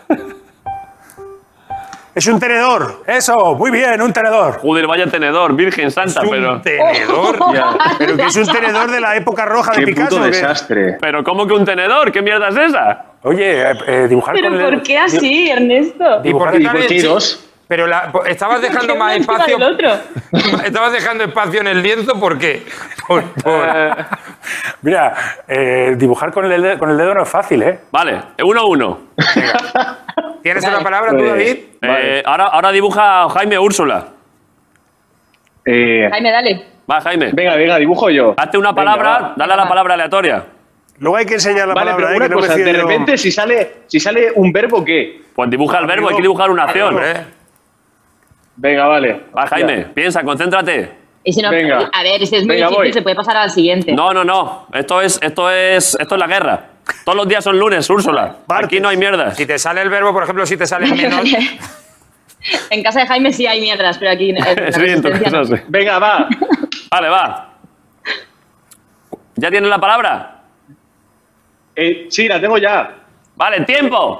Es un tenedor.
Eso, muy bien, un tenedor.
Joder, vaya tenedor, Virgen Santa, pero.
Un tenedor.
Pero que es un tenedor de la época roja de
¡Qué
Picasso.
puto
¿o qué?
desastre!
¿Pero cómo que un tenedor? ¿Qué mierda es esa?
Oye, eh, eh, dibujar
Pero
con el-
¿por qué así, Ernesto?
¿Y por
¿Y
tal
por
el
qué
chi-
dos?
Pero la- po- estabas dejando
¿Por qué
más
uno encima
espacio.
del otro?
Estabas dejando espacio en el lienzo, ¿por qué? Por- por-
Eh,
Mira, eh, dibujar con el, dedo, con el dedo no es fácil, ¿eh?
Vale, uno a uno.
¿Tienes una palabra
Pues-
tú, David?
Eh, ahora, ahora dibuja Jaime Úrsula.
Eh,
Jaime, dale.
Va, Jaime.
venga, venga, dibujo yo.
Hazte una
Venga,
palabra,
va.
dale a la palabra aleatoria.
Ah, Luego hay que enseñar la
Vale,
palabra,
pero
¿eh?
una
que no me
cosa,
fío
de
yo.
repente, si sale, si sale un verbo, ¿qué?
Pues dibuja el verbo, hay que dibujar una acción.
¿eh?
Venga, vale.
Va, Jaime, piensa, concéntrate.
Y si no,
Venga.
a ver, si es muy
Venga,
difícil,
voy.
se puede pasar al siguiente.
No, no, no. Esto es, esto es, esto es la guerra. Todos los días son lunes, Úrsula. Aquí no hay mierdas.
Si te sale el verbo, por ejemplo, si te sale menos.
en casa de Jaime sí hay mierdas, pero aquí en en la
Sí, en tu
resistencia
casa
no.
sí.
Venga, va.
Vale, va. ¿Ya tienes la palabra?
Eh, sí, la tengo ya.
Vale, tiempo.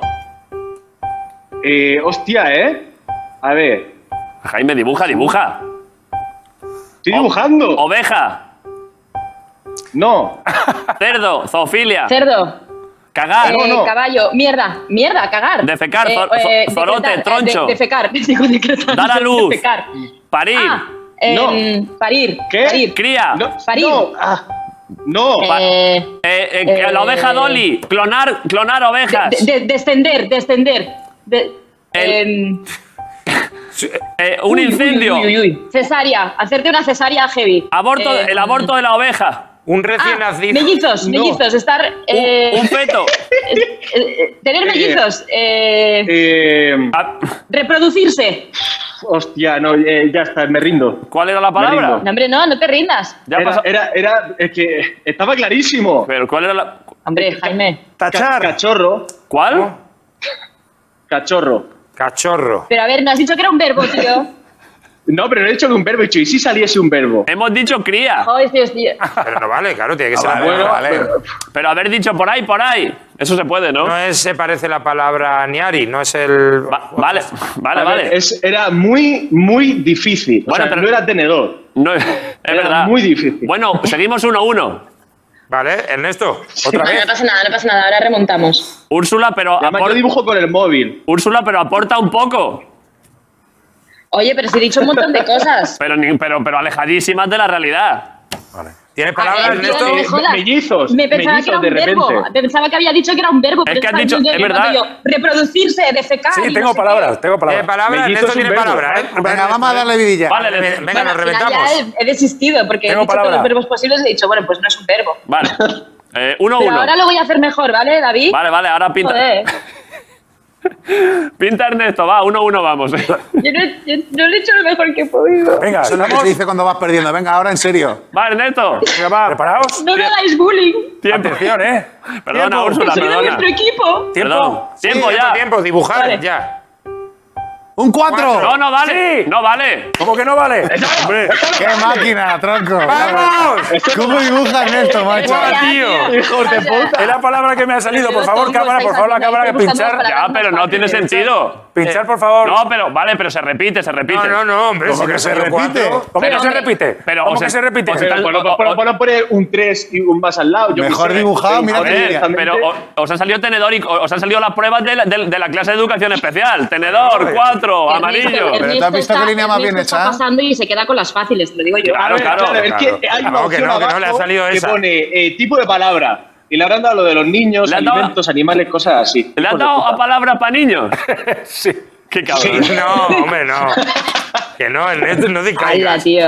Eh, hostia, ¿eh? A ver.
Jaime, dibuja, dibuja.
Estoy dibujando.
Oveja,
No.
Ah. cerdo, zoofilia,
Cerdo,
cagar,
no,
eh,
no.
caballo, mierda, mierda, cagar.
Defecar,
Eh,
zor-
eh,
zor- zorote,
decretar, eh,
troncho.
de- defecar, digo, decretar,
Dar a luz.
Defecar.
parir,
Ah, em, Parir,
¿Qué?
parir.
cría.
No.
Farid.
No. ah, no.
Eh,
Eh, eh,
Eh.
la oveja Dolly, clonar, clonar ovejas.
de- de- descender, descender. De-
El-
em,
Eh, un incendio.
uy, uy, uy. Cesárea, hacerte una cesárea heavy.
Aborto,
Em,
el aborto de la oveja.
Un recién
ah,
nacido.
mellizos,
No.
mellizos, estar.
Un,
eh,
un feto.
eh, eh, tener mellizos, eh,
Eh,
Ah,
reproducirse.
hostia, no, eh, ya está, me rindo.
¿Cuál era la
rindo.
palabra?
No, hombre, no, no te rindas.
Ya ha
era,
pasado-
era, era- es que estaba clarísimo.
Pero ¿cuál era la.
Hombre, Jaime.
Ca-
Tachar.
Cachorro,
¿Cuál?
cachorro.
Cachorro.
Pero a ver, no has dicho que era un verbo, tío.
No, pero no he dicho que un verbo, he dicho, ¿y si saliese un verbo?
Hemos dicho cría.
Joder, tío, tío.
Pero no vale, claro, tiene que ser.
vale,
bueno,
vale.
Pero haber dicho por ahí, por ahí. Eso se puede, ¿no?
No es, se parece la palabra Niari, no es el.
Va- vale, Eh, vale,
A ver,
vale.
es- era muy, muy difícil. O
Bueno,
sea,
pero-
no era tenedor.
No, es es
Era
verdad.
muy difícil.
Bueno, seguimos uno a uno.
Vale, Ernesto, otra
Bueno,
vez.
no pasa nada, no pasa nada, ahora remontamos.
Úrsula, pero
Además, yo
apor-
dibujo con el móvil.
Úrsula, pero aporta un poco.
Oye, pero si he dicho un montón de cosas.
Pero, ni- pero, pero alejadísimas de la realidad.
¿Tienes
A
palabra,
ver, tío,
Ernesto?
no me jodas.
Mellizos,
Me pensaba que era
mellizos,
un
de
verbo.
repente.
Pensaba que había dicho que era un verbo. pero
que has
estaba
dicho-
diciendo
es
yo,
verdad.
yo, reproducirse, defecar. y
Sí,
no
tengo
sé qué.
palabras,
¿Tiene
tengo palabras.
palabra?
Mellizos
Ernesto
es un
tiene
verbo.
palabra, ¿eh?
Venga, vamos a darle vidilla.
Vale, le-
Venga, venga,
Bueno,
nos
al final
reventamos.
Ya he, he desistido porque he
Tengo
dicho todos
palabra.
los verbos posibles y he dicho, bueno, pues no es un verbo.
Vale. Eh, uno a
Pero
uno.
ahora lo voy a hacer mejor, ¿vale, David?
Vale, vale, ahora pinta.
Joder.
Pinta Ernesto, va, uno a uno vamos.
Yo no, yo no lo he hecho lo mejor que he podido.
Venga,
Eso es lo que
¿estamos?
se dice cuando vas perdiendo. Venga, ahora en serio.
va, Ernesto.
Venga, va, ¿Preparados?
No me hagáis bullying.
Tiempo.
Atención, ¿eh?
Perdona, Úrsula,
Soy de
perdona.
vuestro equipo.
Perdón.
¿Tiempo?
Tiempo
Sí,
ya.
Tiempo, dibujar,
Vale.
ya.
¡Un 4!
No, no vale. No vale.
¿Cómo que no vale?
Hombre,
¡Qué máquina, tronco!
¡Vamos!
¿Cómo dibujas esto, macho?
Ya,
tío.
Hijos de puta.
Es la palabra que me ha salido. Por favor, cámara, por favor, la cámara que pinchar.
Ya, pero no tiene sentido.
Pinchar, por favor.
No, pero vale, pero se repite, se repite.
No, no, no, hombre.
¿Cómo
si
que
no
se
salió
repite?
cuatro.
¿Cómo que
Pero-
se repite?
pero, o
¿Cómo
sea,
que se repite?
o sea,
Pero ponlo- ponlo- ponlo- ponlo un 3 y un más al lado. yo qué
Mejor
sé.
dibujado, mira
Joder,
que
Eh,
directamente.
pero o- os han salido tenedor y o- os han salido las pruebas de la, de- de la clase de educación especial. Tenedor, cuatro, amarillo.
Pero tú has visto qué línea más bien hecha.
Está pasando y se queda con las fáciles, te lo digo yo.
Claro, claro.
es que hay una
Claro que
opción
no, que no,
abajo
le ha salido
que
esa.
pone eh, tipo de palabra. Y le habrán dado lo de los niños,
Le han dado-
alimentos, animales, cosas así.
¿Le han dado a palabras para niños? sí. Qué cabrón.
No, hombre, no. Que no, Ernesto, no
Hala,
distraigas.
tío.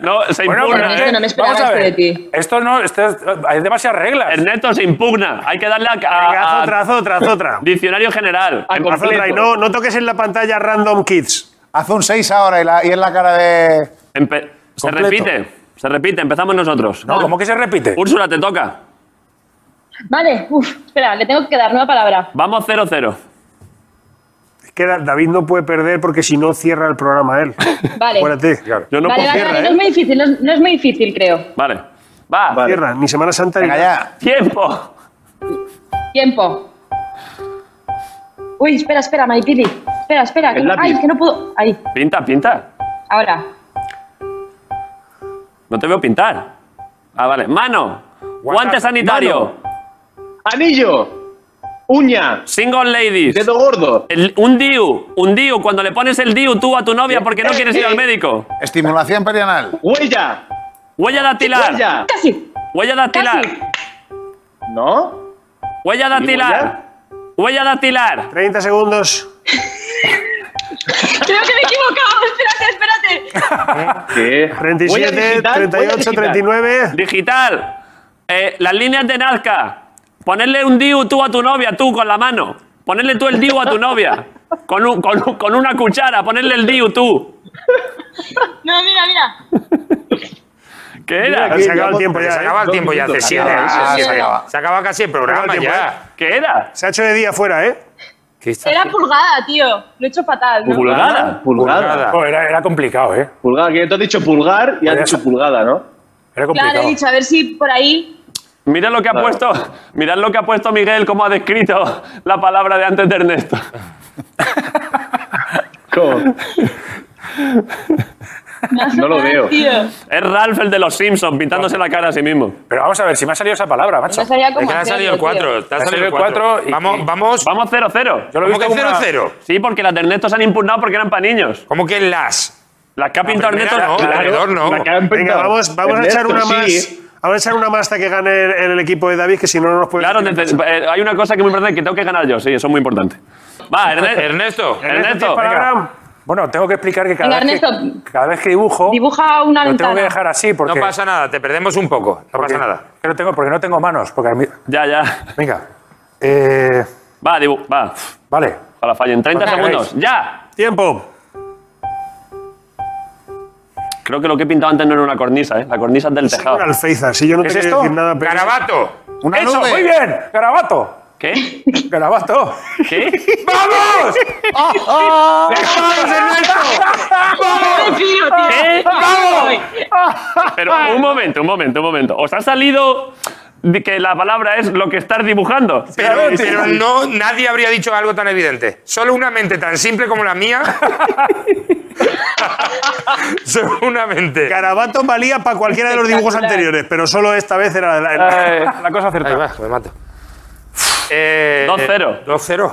No, se impugna.
pues,
Ernesto, no me esperaba
vamos a
esto
ver.
de ti.
Esto no, esto es- hay demasiadas reglas.
Ernesto se impugna. Hay que darle a, a-
venga, haz
a-
otra, haz otra, haz otra.
diccionario general.
Ah,
Haz otra y no, no toques en la pantalla Random Kids.
Haz un 6 ahora y, la, y en la cara de.
Empe- se
Completo.
repite. Se repite. Empezamos nosotros.
No, ¿cómo que se repite?
Úrsula, te toca.
Vale, uff, espera, le tengo que dar nueva palabra.
Vamos 0-0.
Es que Da- David no puede perder porque si no cierra el programa él.
Vale.
Acuérdate.
Yo no
vale,
puedo-
vale,
cierra,
vale,
¿eh?
no es muy difícil, no es, no es muy difícil, creo.
Vale. Va.
Cierra, ni Semana Santa ni
Venga,
nada.
ya.
Tiempo.
Tiempo. Uy, espera, espera, Maipili. Espera, espera. Que
El
no,
lápiz.
ay, que no puedo. Ahí,
Pinta, pinta.
ahora.
No te veo pintar. Ah, vale. Mano. Guante sanitario.
Anillo, uña,
Single ladies.
dedo gordo.
El- un DIU. Un DIU. Cuando le pones el DIU tú a tu novia porque no
Eh,
quieres
eh.
ir al médico.
Estimulación perianal.
Huella,
Huella dactilar.
huella.
Casi,
Huella dactilar.
casi.
¿No?
Huella dactilar. Huella dactilar.
30 segundos.
Creo que me he equivocado. Espérate, espérate.
¿Qué? Huella
37,
digital, huella
38,
digital.
39.
Digital. Eh, las líneas de Nazca. Ponerle un diu tú a tu novia, tú, con la mano. Ponerle tú el diu a tu novia. Con, un- con un- con una cuchara, ponerle el diu tú.
No, mira, mira.
¿Qué era?
Se acaba el tiempo
Porque
ya.
se
¿eh?
acaba el tiempo Pues ya hace siete.
acaba,
hace
Ah, se
siete.
acaba.
Se acaba casi el
Se
programa
acaba el tiempo,
ya.
¿Qué era?
Se ha hecho de día fuera, ¿eh?
¿Qué está
Era
haciendo?
pulgada, tío. Lo he hecho fatal, ¿no?
¿Pulgada?
Ah.
Pulgada.
Oh, era, era complicado, ¿eh?
Pulgada, que tú has dicho pulgar y
Podría
has dicho
ser.
pulgada, ¿no?
Era
Claro, he
complicado.
dicho, a ver si por ahí.
Mira lo que ha puesto. Mirad lo que ha puesto Miguel, cómo ha descrito la palabra de antes de Ernesto.
¿Cómo? No lo veo.
Tío.
Es Ralph el de los Simpsons, pintándose la cara a sí mismo.
Pero vamos a ver, si me ha salido esa palabra, macho.
No sabía
Es
cómo.
que le ha
hacerlo,
salido el
tío.
4. Te ha salido el 4.
y-
Vamos, vamos.
Vamos 0-0.
Yo lo he
¿Cómo
visto
que
como una-
0-0?
Sí, porque las de Ernesto se han impugnado porque eran para niños.
¿Cómo que las?
Las que ha pintado
primera
Ernesto.
no, la
Claro.
alrededor no.
La que han
Venga,
pintado.
vamos, vamos a echar
Ernesto,
una más.
sí.
Vamos a echar una más hasta que gane el, el equipo de David, que si no, no nos puede.
Claro, nece- eh, hay una cosa que es muy importante que tengo que ganar yo, sí, eso es muy importante. Va, Ernesto.
Ernesto.
Ernesto,
Palabra.
Bueno, tengo que explicar que cada,
Venga,
vez, que,
Ernesto.
cada vez que dibujo,
Dibuja una
lo tengo que
ventana.
dejar así porque
No pasa nada, te perdemos un poco. No
porque-
pasa nada.
que no tengo, porque no tengo manos. Porque a mí-
ya, ya.
venga. Eh,
Va, Dibu, va.
vale.
Para falla en 30
Venga,
segundos. ¡Ya!
Tiempo.
Creo que lo que he pintado antes no era una cornisa, ¿eh? La cornisa es del
Un
tejado.
alféizar. Si yo no
¿Qué
te
es
quiero
esto?
decir nada, pero.
Garabato.
Una
¡Eso!
nube.
¡Muy bien! ¡Garabato!
¿Qué?
¡Garabato!
¿Qué?
¡Vamos! ¡Vamos, Ernesto!
No ¡Oh, me fío, tío.
¿Qué?
Vamos.
Pero un momento, un momento, un momento. Os ha salido de que la palabra es lo que estás dibujando.
Pero, pero no, nadie habría dicho algo tan evidente. Solo una mente tan simple como la mía. Solo una mente.
Garabato valía para cualquiera de los dibujos
Espectacular.
anteriores, pero solo esta vez era la,
Ah,
la-
Eh,
La cosa
Ahí
acertada.
va, me mato. Eh,
2-0.
2-0.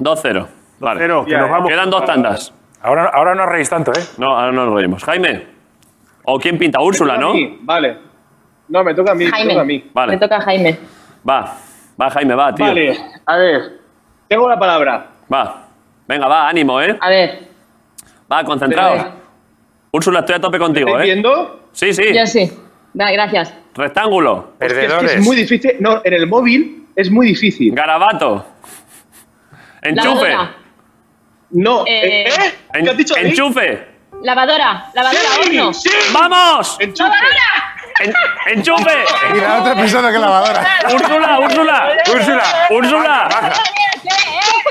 2-0. Vale.
Pero que nos vamos.
Quedan dos tandas.
Ahora, ahora no reís tanto, ¿eh?
No, ahora no nos reímos. Jaime. ¿O quién pinta? Úrsula, ¿no?
Sí, Vale. No, me toca a mí, me toca a
Jaime.
mí.
Vale.
Me toca a Jaime.
Va. Va, Jaime, va, tío.
Vale, a ver. Tengo la palabra.
Va. Venga, va, ánimo, ¿eh?
A ver.
Va,
Venga.
concentrados. Úrsula, estoy a tope contigo,
¿Estáis
¿eh?
viendo?
Sí, sí.
Yo sí. Da, gracias.
Rectángulo.
Hostia, es que
Perdedores.
es muy difícil. No, en el móvil es muy difícil.
Garabato. Enchufe.
Lavadora.
No.
Eh,
¿Eh?
En-
¿Qué has dicho? ahí?
enchufe.
Lavadora. Lavadora.
Sí,
Horno.
sí.
¡Vamos!
Enchufe.
¡Lavadora!
En- enchufe.
Y la otra pensando que lavadora.
Úrsula, Úrsula.
Úrsula.
Úrsula.
¿eh?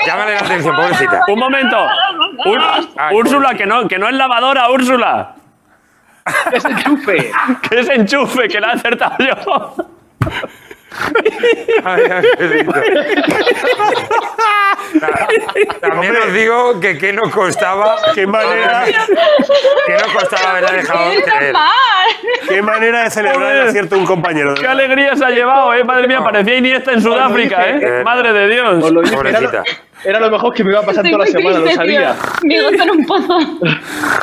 Llámale la atención, pobrecita.
Un momento. Úr-
Ay,
Úrsula, que no, que no es lavadora, Úrsula.
Es enchufe.
Que es enchufe, que la he acertado yo.
Ay, Angelito. Ta- También os digo que qué nos costaba,
Qué manera,
qué nos costaba haberla dejado
¡Qué
creer.
mal!
qué manera de celebrar
Joder.
el acierto de un compañero.
Qué alegría se ha llevado, eh. Madre mía, parecía Iniesta en Sudáfrica, eh.
dije.
Madre de
Os
Dios.
lo dije, era, lo-
Pobrecita.
era lo mejor que me iba a pasar
Estoy
toda la
muy
semana, lo
triste, tío.
sabía.
Me gozo en un pozo.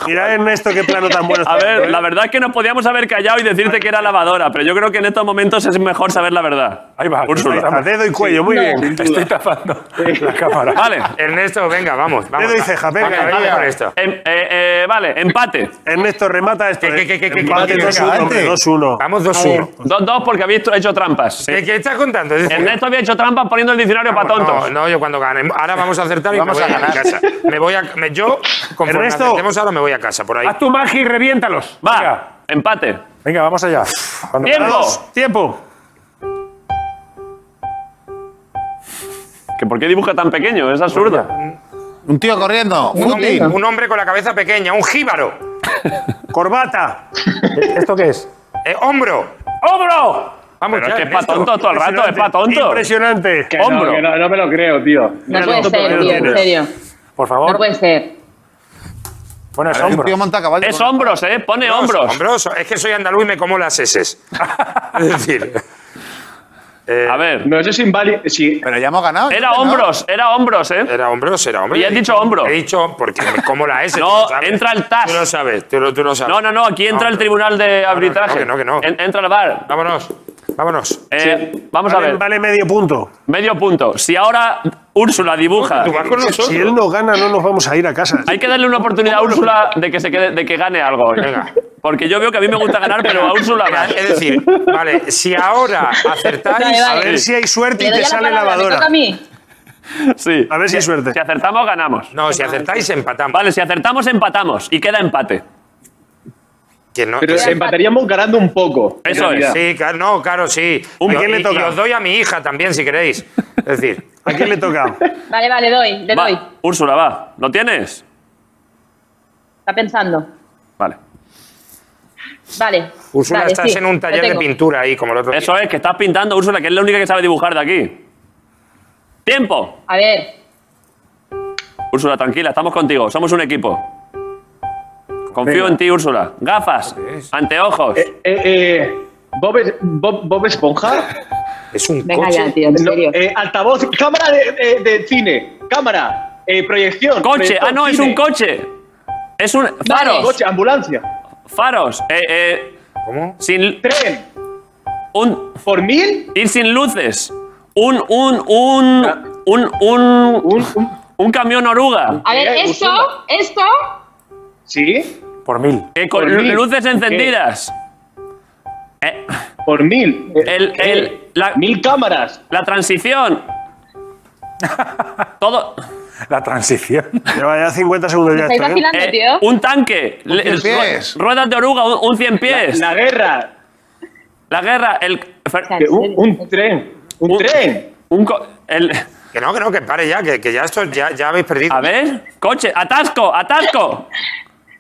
Mira, Ernesto, qué plano tan bueno.
A
eh,
ver, la verdad es que nos podíamos haber callado y decirte que era lavadora, pero yo creo que en estos momentos es mejor saber la verdad.
Ahí va.
Úrsula.
Ahí
A
estamos.
dedo y cuello, muy bien.
Te estoy tapando la cámara.
Vale.
Ernesto, venga, vamos. vamos
Dedo y ceja, venga,
Venga,
venga.
venga con esto.
Em- eh, eh, vale, empate.
Ernesto, remata esto. eh.
Que, que, que, que, que,
Empate
que, que,
2-1,
que,
hombre,
que,
2-1.
Vamos 2-1.
Dos, dos porque habéis hecho trampas. sí.
¿Qué, qué estás contando? Es decir,
Ernesto había hecho trampas poniendo el diccionario para
No,
tontos.
no, yo cuando gane. Ahora vamos a acertar y
Vamos
me voy
a
a, mi
ganar.
casa. Me voy a, me- yo, conforme
Ernesto.
acertemos ahora, me voy a casa, por ahí.
Ah,
Haz tu magia y reviéntalos.
Va,
Venga,
empate.
venga vamos allá. Cuando-
Tiempo.
Tiempo.
¿Que ¿Por qué dibuja tan pequeño? Es absurdo.
Un tío corriendo.
Un,
Footing.
hom- un hombre con la cabeza pequeña, un jíbaro.
Corbata.
¿Esto qué es?
Eh, hombro.
¡Hombro!
Vamos,
Pero es
ya,
que es para
Ernesto.
tontos todo el rato, es para tontos.
Impresionante.
Que no,
Hombro.
que no, no me lo creo, tío.
No puede ser, tío, en serio.
Por
No
favor.
puede ser.
Bueno, es
Un
hombro.
tío monta a caballo.
Es hombros, ¿eh? Pone hombros.
Hombroso. Es que soy andaluz y me como las heces. es decir, eh,
A ver,
No, eso es inválido. Sí,
Pero ya hemos ganado.
era
¿no?
hombros, era hombros, ¿eh?
¿Era hombros? ¿Era hombro?
Y has dicho hombro.
eh,
He dicho porque me como la S.
No,
tú lo sabes.
entra el TAS.
Tú lo sabes, tú lo, tú lo sabes.
No, no, no, aquí entra el tribunal de arbitraje.
que no, que no.
En- entra el bar.
Vámonos, vámonos.
Eh, Vamos a
Vale,
ver,
vale medio punto.
medio punto. Si ahora Úrsula dibuja,
Tú vas con nosotros.
Si él no gana, no nos vamos a ir a casa.
hay que darle una oportunidad a Úrsula de que, se quede, de que gane algo. hoy.
Venga,
Porque yo veo que a mí me gusta ganar, pero a Úrsula más.
Es decir, vale, si ahora acertáis,
Vale, vale.
A ver si hay suerte
Le
y
doy
te
a
sale
palabra, me
lavadora.
toca a mí.
Sí.
A ver si hay suerte.
Si acertamos, ganamos.
no, si acertáis empatamos.
Vale, si acertamos, empatamos. Y queda empate.
Que no-
Pero
que-
empataríamos ganando un poco. en
Eso es,
realidad.
sí, claro, no, claro, sí.
¿Un
Yo-
quién le
y-
toca?
y os doy a mi hija también, si queréis. Es decir,
¿A quién le toca?
Eh,
Vale, vale, doy, le
Va,
doy.
Úrsula, va. ¿Lo tienes?
Está pensando.
Vale.
Vale.
Úrsula,
vale,
estás
sí,
en un taller
lo
de
tengo.
pintura ahí, como el otro. día.
Eso es, que estás pintando, Úrsula, que es la única que sabe dibujar de aquí. ¡Tiempo!
A ver,
Úrsula, tranquila, estamos contigo. Somos un equipo. Confío
Venga.
en ti, Úrsula. Gafas, anteojos.
Eh, eh, eh, Bob, Es- Bob- Bob Esponja.
Es un
venga
coche.
ya, tío, en
No,
serio.
eh, altavoz, cámara de, de- de cine. Cámara, eh, proyección.
¡Coche!
proyector,
Ah, no, es
cine,
un coche. Es un. ¡Faros!
Coche, ambulancia.
¡Faros! Eh, eh,
¿Cómo?
sin.
Tren.
Un,
¿Por mil?
ir sin luces. Un. Un. Un. Un. Un,
Un, un-
un camión oruga.
a ver,
eh,
esto,
Úrsula.
esto,
¿Sí?
Por mil.
Eh, con
Por mí.
luces encendidas. Eh,
Por mil. Eh,
El-
eh,
el- la-
Mil cámaras.
la transición. Todo.
La transición.
Lleva ya 50 segundos ya
¿estáis
esto, ¿eh?
vacilando,
Eh,
tío?
un tanque, le-
cien
el-
pies.
ru- ruedas de oruga, un, un cien pies, la,
La guerra.
guerra, el, Uh. fer-
sea,
Que Un,
serio.
un tren. Un,
Un-
tren.
un co- el-
Que no, que no, que pare ya, que, que ya esto ya, ya habéis perdido.
a ver, coche, atasco, atasco,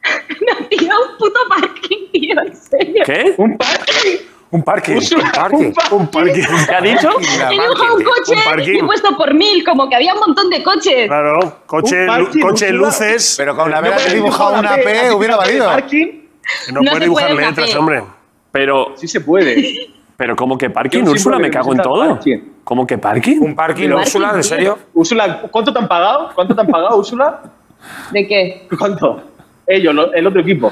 No, tío, un puto parking, tío, en serio.
¿qué?
Un parking.
Un parque.
Úrsula,
parking.
un parking.
Un parking.
¿Qué ha dicho?
He
parking,
dibujado un
tío,
coche
un parking.
y he puesto por mil, como que había un montón de coches.
Claro, coche,
Un parking,
lu- coche
Úrsula.
luces.
Pero con haber
puedes
dibujado
dibujar
una
así
P
que
hubiera
de
valido.
Parking.
No
No
puede
se
dibujar
puede una
letras,
P.
hombre.
Pero,
Sí se puede.
pero como que parking,
Yo siempre
Úrsula,
me
me cago en
necesito
todo.
parking.
¿Cómo que parking?
Un parking,
Parking,
Úrsula,
tío.
¿en serio?
Úrsula, ¿cuánto te han pagado? ¿Cuánto te han pagado, Úrsula?
¿De qué?
¿Cuánto? Ellos, lo- el otro equipo.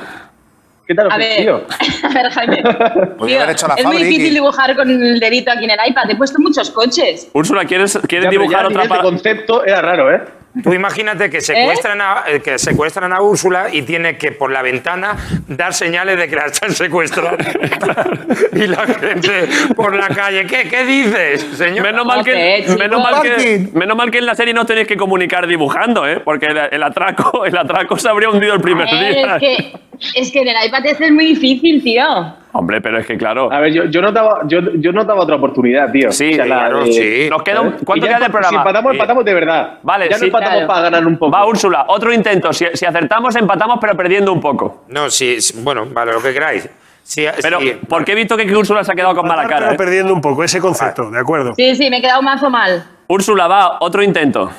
¿Qué tal,
A ver,
tío?
a ver, Jaime.
Podía
Tío,
haber hecho la
es muy
Fabric
difícil
y-
dibujar con el dedito aquí en el iPad. He puesto muchos coches.
Úrsula, ¿quieres, quieres
Ya, pero ya
dibujar otra
a nivel de
palabra?
concepto era raro, ¿eh?
Tú imagínate que secuestran, a, eh, que secuestran a Úrsula y tiene que por la ventana dar señales de que la están secuestrando. y la gente por la calle, ¿qué, qué dices, señor?
Menos mal, que,
Joder, chico.
menos, mal que,
Parking.
menos mal que en la serie no tenéis que comunicar dibujando, ¿eh? porque el, el atraco, el atraco se habría hundido el primer
A ver,
día.
es que, es que en el iPad este es muy difícil, tío.
Hombre, pero es que claro,
A ver, yo, yo, no daba, yo, yo no daba otra oportunidad, tío.
Sí,
claro, sí.
nos queda un, ¿cuánto
Y ya
queda de
empa- eh, Si
programa?
empatamos,
Sí.
empatamos de verdad.
Vale,
ya
sí.
no empatamos
Claro.
para ganar un poco.
Va Úrsula, otro intento. Si, si acertamos, empatamos, pero perdiendo un poco.
No, sí, sí, bueno, vale, lo que queráis. Sí,
Pero,
sí.
porque he visto que Úrsula se ha quedado con mala
Empatar,
cara?
pero
eh?
perdiendo un poco ese concepto, ¿de acuerdo?
Sí, sí, me he quedado mazo mal.
Úrsula, va, otro intento.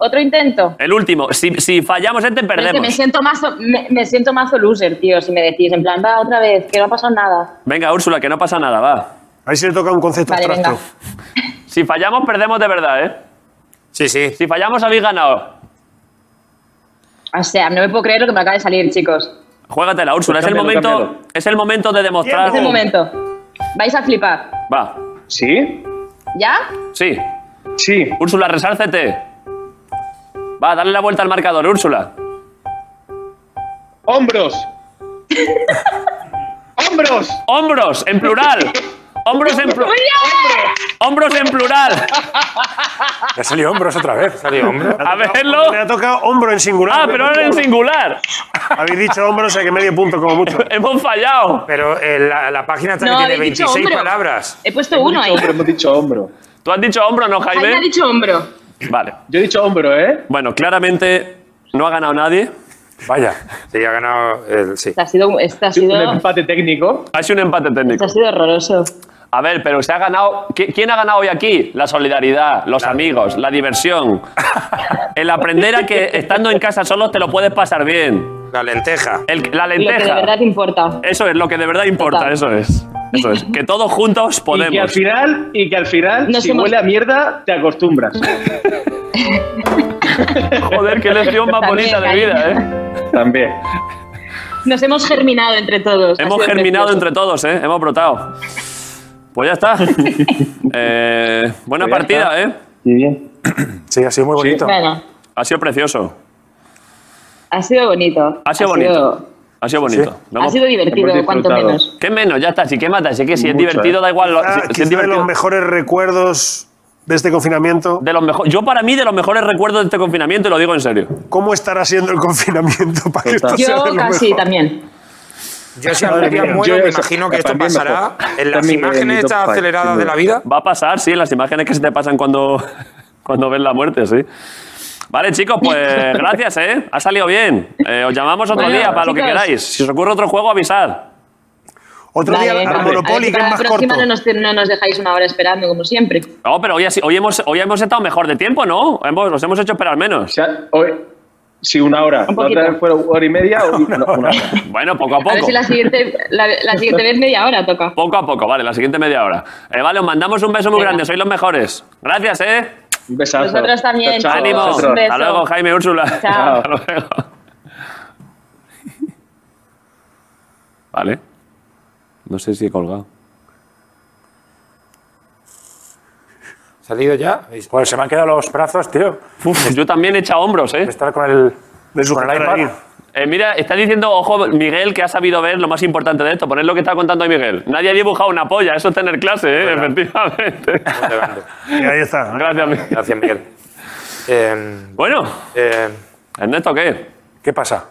Otro intento.
El último. Si, si fallamos este,
Pero es que me
Eh, perdemos.
siento mazo, me, me siento mazo loser, tío, si me decís. En plan, va, otra vez, que no ha pasado nada.
Venga, Úrsula, que no pasa nada, va.
Ahí se le toca un concepto
Vale,
abstracto.
venga.
Si fallamos, perdemos de verdad, ¿eh?
sí, sí.
Si fallamos, habéis ganado.
O sea, no me puedo creer lo que me acaba de salir, chicos.
Juégatela, Úrsula. es, el
cámbialo,
momento,
cámbialo.
es el momento de demostrar.
Es el momento. Vais a flipar.
Va.
¿Sí?
¿Ya?
Sí.
Sí.
Úrsula, resárcete. Va, dale la vuelta al marcador, Úrsula.
Hombros. Hombros.
Hombros, en plural. Hombros en plural.
¡Muy bien!
Hombros en plural.
Ya salió hombros otra vez.
Salió, hombre.
A verlo.
Le ha tocado hombro en singular.
Ah, pero ahora en singular.
Habéis dicho hombro, o sea que medio punto como mucho.
Hemos fallado.
Pero eh, la, la página también
No,
tiene
habéis dicho
26
hombro.
palabras.
He puesto uno ¿eh? ahí.
Hombro, hemos dicho hombro.
Tú has dicho hombro, ¿no,
Jaime ha
Jaime?
dicho hombro.
Vale.
Yo he dicho hombro, ¿eh?
Bueno, claramente no ha ganado nadie.
Vaya.
Sí, ha ganado el sí.
Este ha sido, este ha sido,
Un empate técnico.
Ha sido un empate
este
técnico.
ha sido horroroso.
A ver, pero se ha ganado. ¿Qui- ¿Quién ha ganado hoy aquí? La solidaridad, los amigos, la diversión. El aprender a que estando en casa solos te lo puedes pasar bien.
La lenteja.
El- la
Lo que de
lenteja.
verdad te importa.
Eso es lo que de verdad importa,
Total.
eso es. Eso es. Que todos juntos
Y que al
podemos.
final, y que al final
Nos
si
hemos-
huele a mierda, te acostumbras.
Joder, qué lección más
También,
bonita de
Jaime.
vida, ¿eh?
También.
Nos hemos germinado entre todos. Ha
Hemos
sido
germinado
precioso.
entre todos, ¿eh? Hemos brotado. Pues ya está. Eh, buena
Pues ya
partida,
está.
¿eh?
Y bien.
Sí, ha sido muy bonito.
Bueno,
Ha sido precioso.
ha sido bonito.
Ha sido bonito. Ha sido bonito. Lo
Ha
hemos-
sido divertido,
hemos
cuanto
disfrutado.
menos.
¿Qué menos? Ya está, si qué mata, si es que si es
Mucho,
divertido,
eh.
da igual. lo- si-
Ah,
si,
quizá
es
de
divertido.
los mejores recuerdos de este confinamiento.
de los mejo- Yo, para mí, de los mejores recuerdos de este confinamiento, y lo digo en serio.
¿Cómo estará siendo el confinamiento para que esto sea de
Yo
lo
casi
mejor?
también.
Yo si algún día
mía,
muero,
yo
me
eso,
imagino que esto
también
pasará
mejor.
en
También
las
en mi
imágenes
top
estas
five,
aceleradas
sin
de la vida.
Va a pasar, sí, en las imágenes que se te pasan cuando, cuando ves la muerte, sí. Vale, chicos, pues gracias, ¿eh? Ha salido bien. Eh, os llamamos otro
Bueno,
día para lo que
chicos.
queráis. Si os ocurre otro juego, avisad.
Otro
Vale,
día
venga.
al
A ver
Monopoly,
si
que es
para la
más
próxima
corto.
no nos, no nos dejáis una hora esperando, como siempre.
No, pero hoy, ha si- hoy, hemos, hoy hemos estado mejor de tiempo, ¿no? Hemos, nos hemos hecho esperar menos.
sea, hoy, sí, una hora.
Un
la
poquito.
otra vez fue hora y media o una, una hora.
Bueno, poco a
A ver
poco.
si la siguiente, la, la siguiente vez media hora toca.
Poco a poco, vale, la siguiente media hora. Eh, vale, os mandamos un beso muy
Venga.
grande, sois los mejores. Gracias, ¿eh?
Un besazo.
Vosotros también,
Chao, chao,
Ánimo.
chicos.
vosotros.
Un beso.
Hasta luego, Jaime Úrsula.
Chao.
Hasta luego. Vale. No sé si he colgado.
¿Salido ya?
Pues se me han quedado los brazos, tío.
Uf, yo también he echado hombros, ¿eh?
De estar con el,
De su
con el iPad.
ahí.
Eh, Mira, está diciendo, ojo, Miguel, que ha sabido ver lo más importante de esto. Poner lo que está contando ahí Miguel. Nadie ha dibujado una polla, eso es tener clase, ¿eh? Efectivamente.
Y ahí está.
Gracias, Miguel.
Gracias, Miguel. Eh,
Bueno,
eh,
Ernesto, ¿qué?
¿Qué pasa?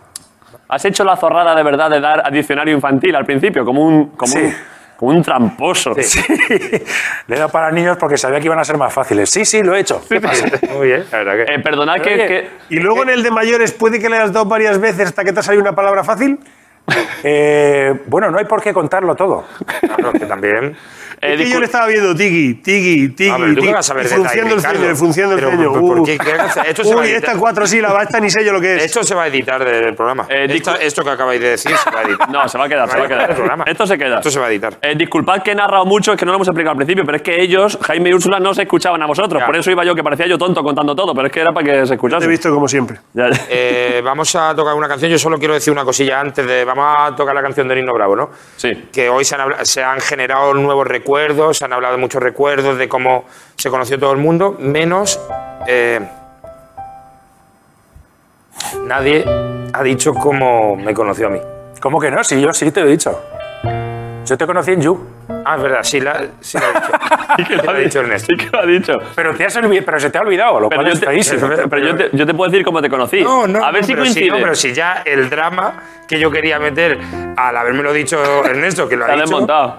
¿Has hecho la zorrada de verdad de dar a diccionario infantil al principio? Como un, como
Sí.
un, como un tramposo.
Le he dado para niños porque sabía que iban a ser más fáciles. Sí, sí, lo he hecho. ¿Qué pasa?
muy bien, la verdad que.
Eh, perdonad que,
Pero oye,
que-
Y luego en el de mayores, ¿puede que le has dado varias veces hasta que te ha salido una palabra fácil?
Eh, bueno, no hay por qué contarlo todo.
Claro, que también.
eh,
es que yo
discul-
le estaba viendo tigi, tigi, tigi,
A ver, ¿tú
tigi,
qué vas a ver
y Frunciendo el
detalle,
ceño,
Ricardo?
frunciendo el
Pero,
ceño.
¿por- por
Uh.
qué? ¿Qué haces? Esto se va a
Uy,
editar.
esta cuatro sílabas, esta ni sé yo lo que es.
Esto se va a editar del programa.
Eh,
Esta-
discul-
esto que acabáis de decir se va a editar.
No, se va a quedar, se va a
El programa.
quedar. Esto se queda.
Esto se va a editar.
Eh, disculpad que he narrado mucho, es que no lo hemos explicado al principio, pero es que ellos, Jaime y Úrsula, no se escuchaban a vosotros.
Ya.
Por eso iba yo, que parecía yo tonto contando todo, pero es que era para que se
Te he
escuchase.
visto como siempre.
Ya, ya.
Eh, vamos a tocar una canción. Yo solo quiero decir una cosilla antes de. Vamos a tocar la canción de Nino Bravo, ¿no?
Sí.
Que hoy se han, habla- se han generado nuevos recuerdos, se han hablado muchos recuerdos de cómo se conoció todo el mundo, menos. eh, nadie ha dicho cómo me conoció a mí.
¿Cómo que no? Si yo sí te lo he dicho. Yo te conocí en You.
Ah, es verdad, sí, la, sí lo ha dicho.
Sí que
Sí lo ha dicho Ernesto.
Sí que lo ha dicho.
Pero, te has olvi- pero se te ha olvidado, lo
Pero,
cual
yo
es
te,
feísimo.
pero- pero yo te- yo te puedo decir cómo te conocí.
No, no,
a ver
no,
si
pero
coincide.
no, pero si ya el drama que yo quería meter al habérmelo dicho Ernesto, que lo
Te
ha
has
dicho.
desmontado.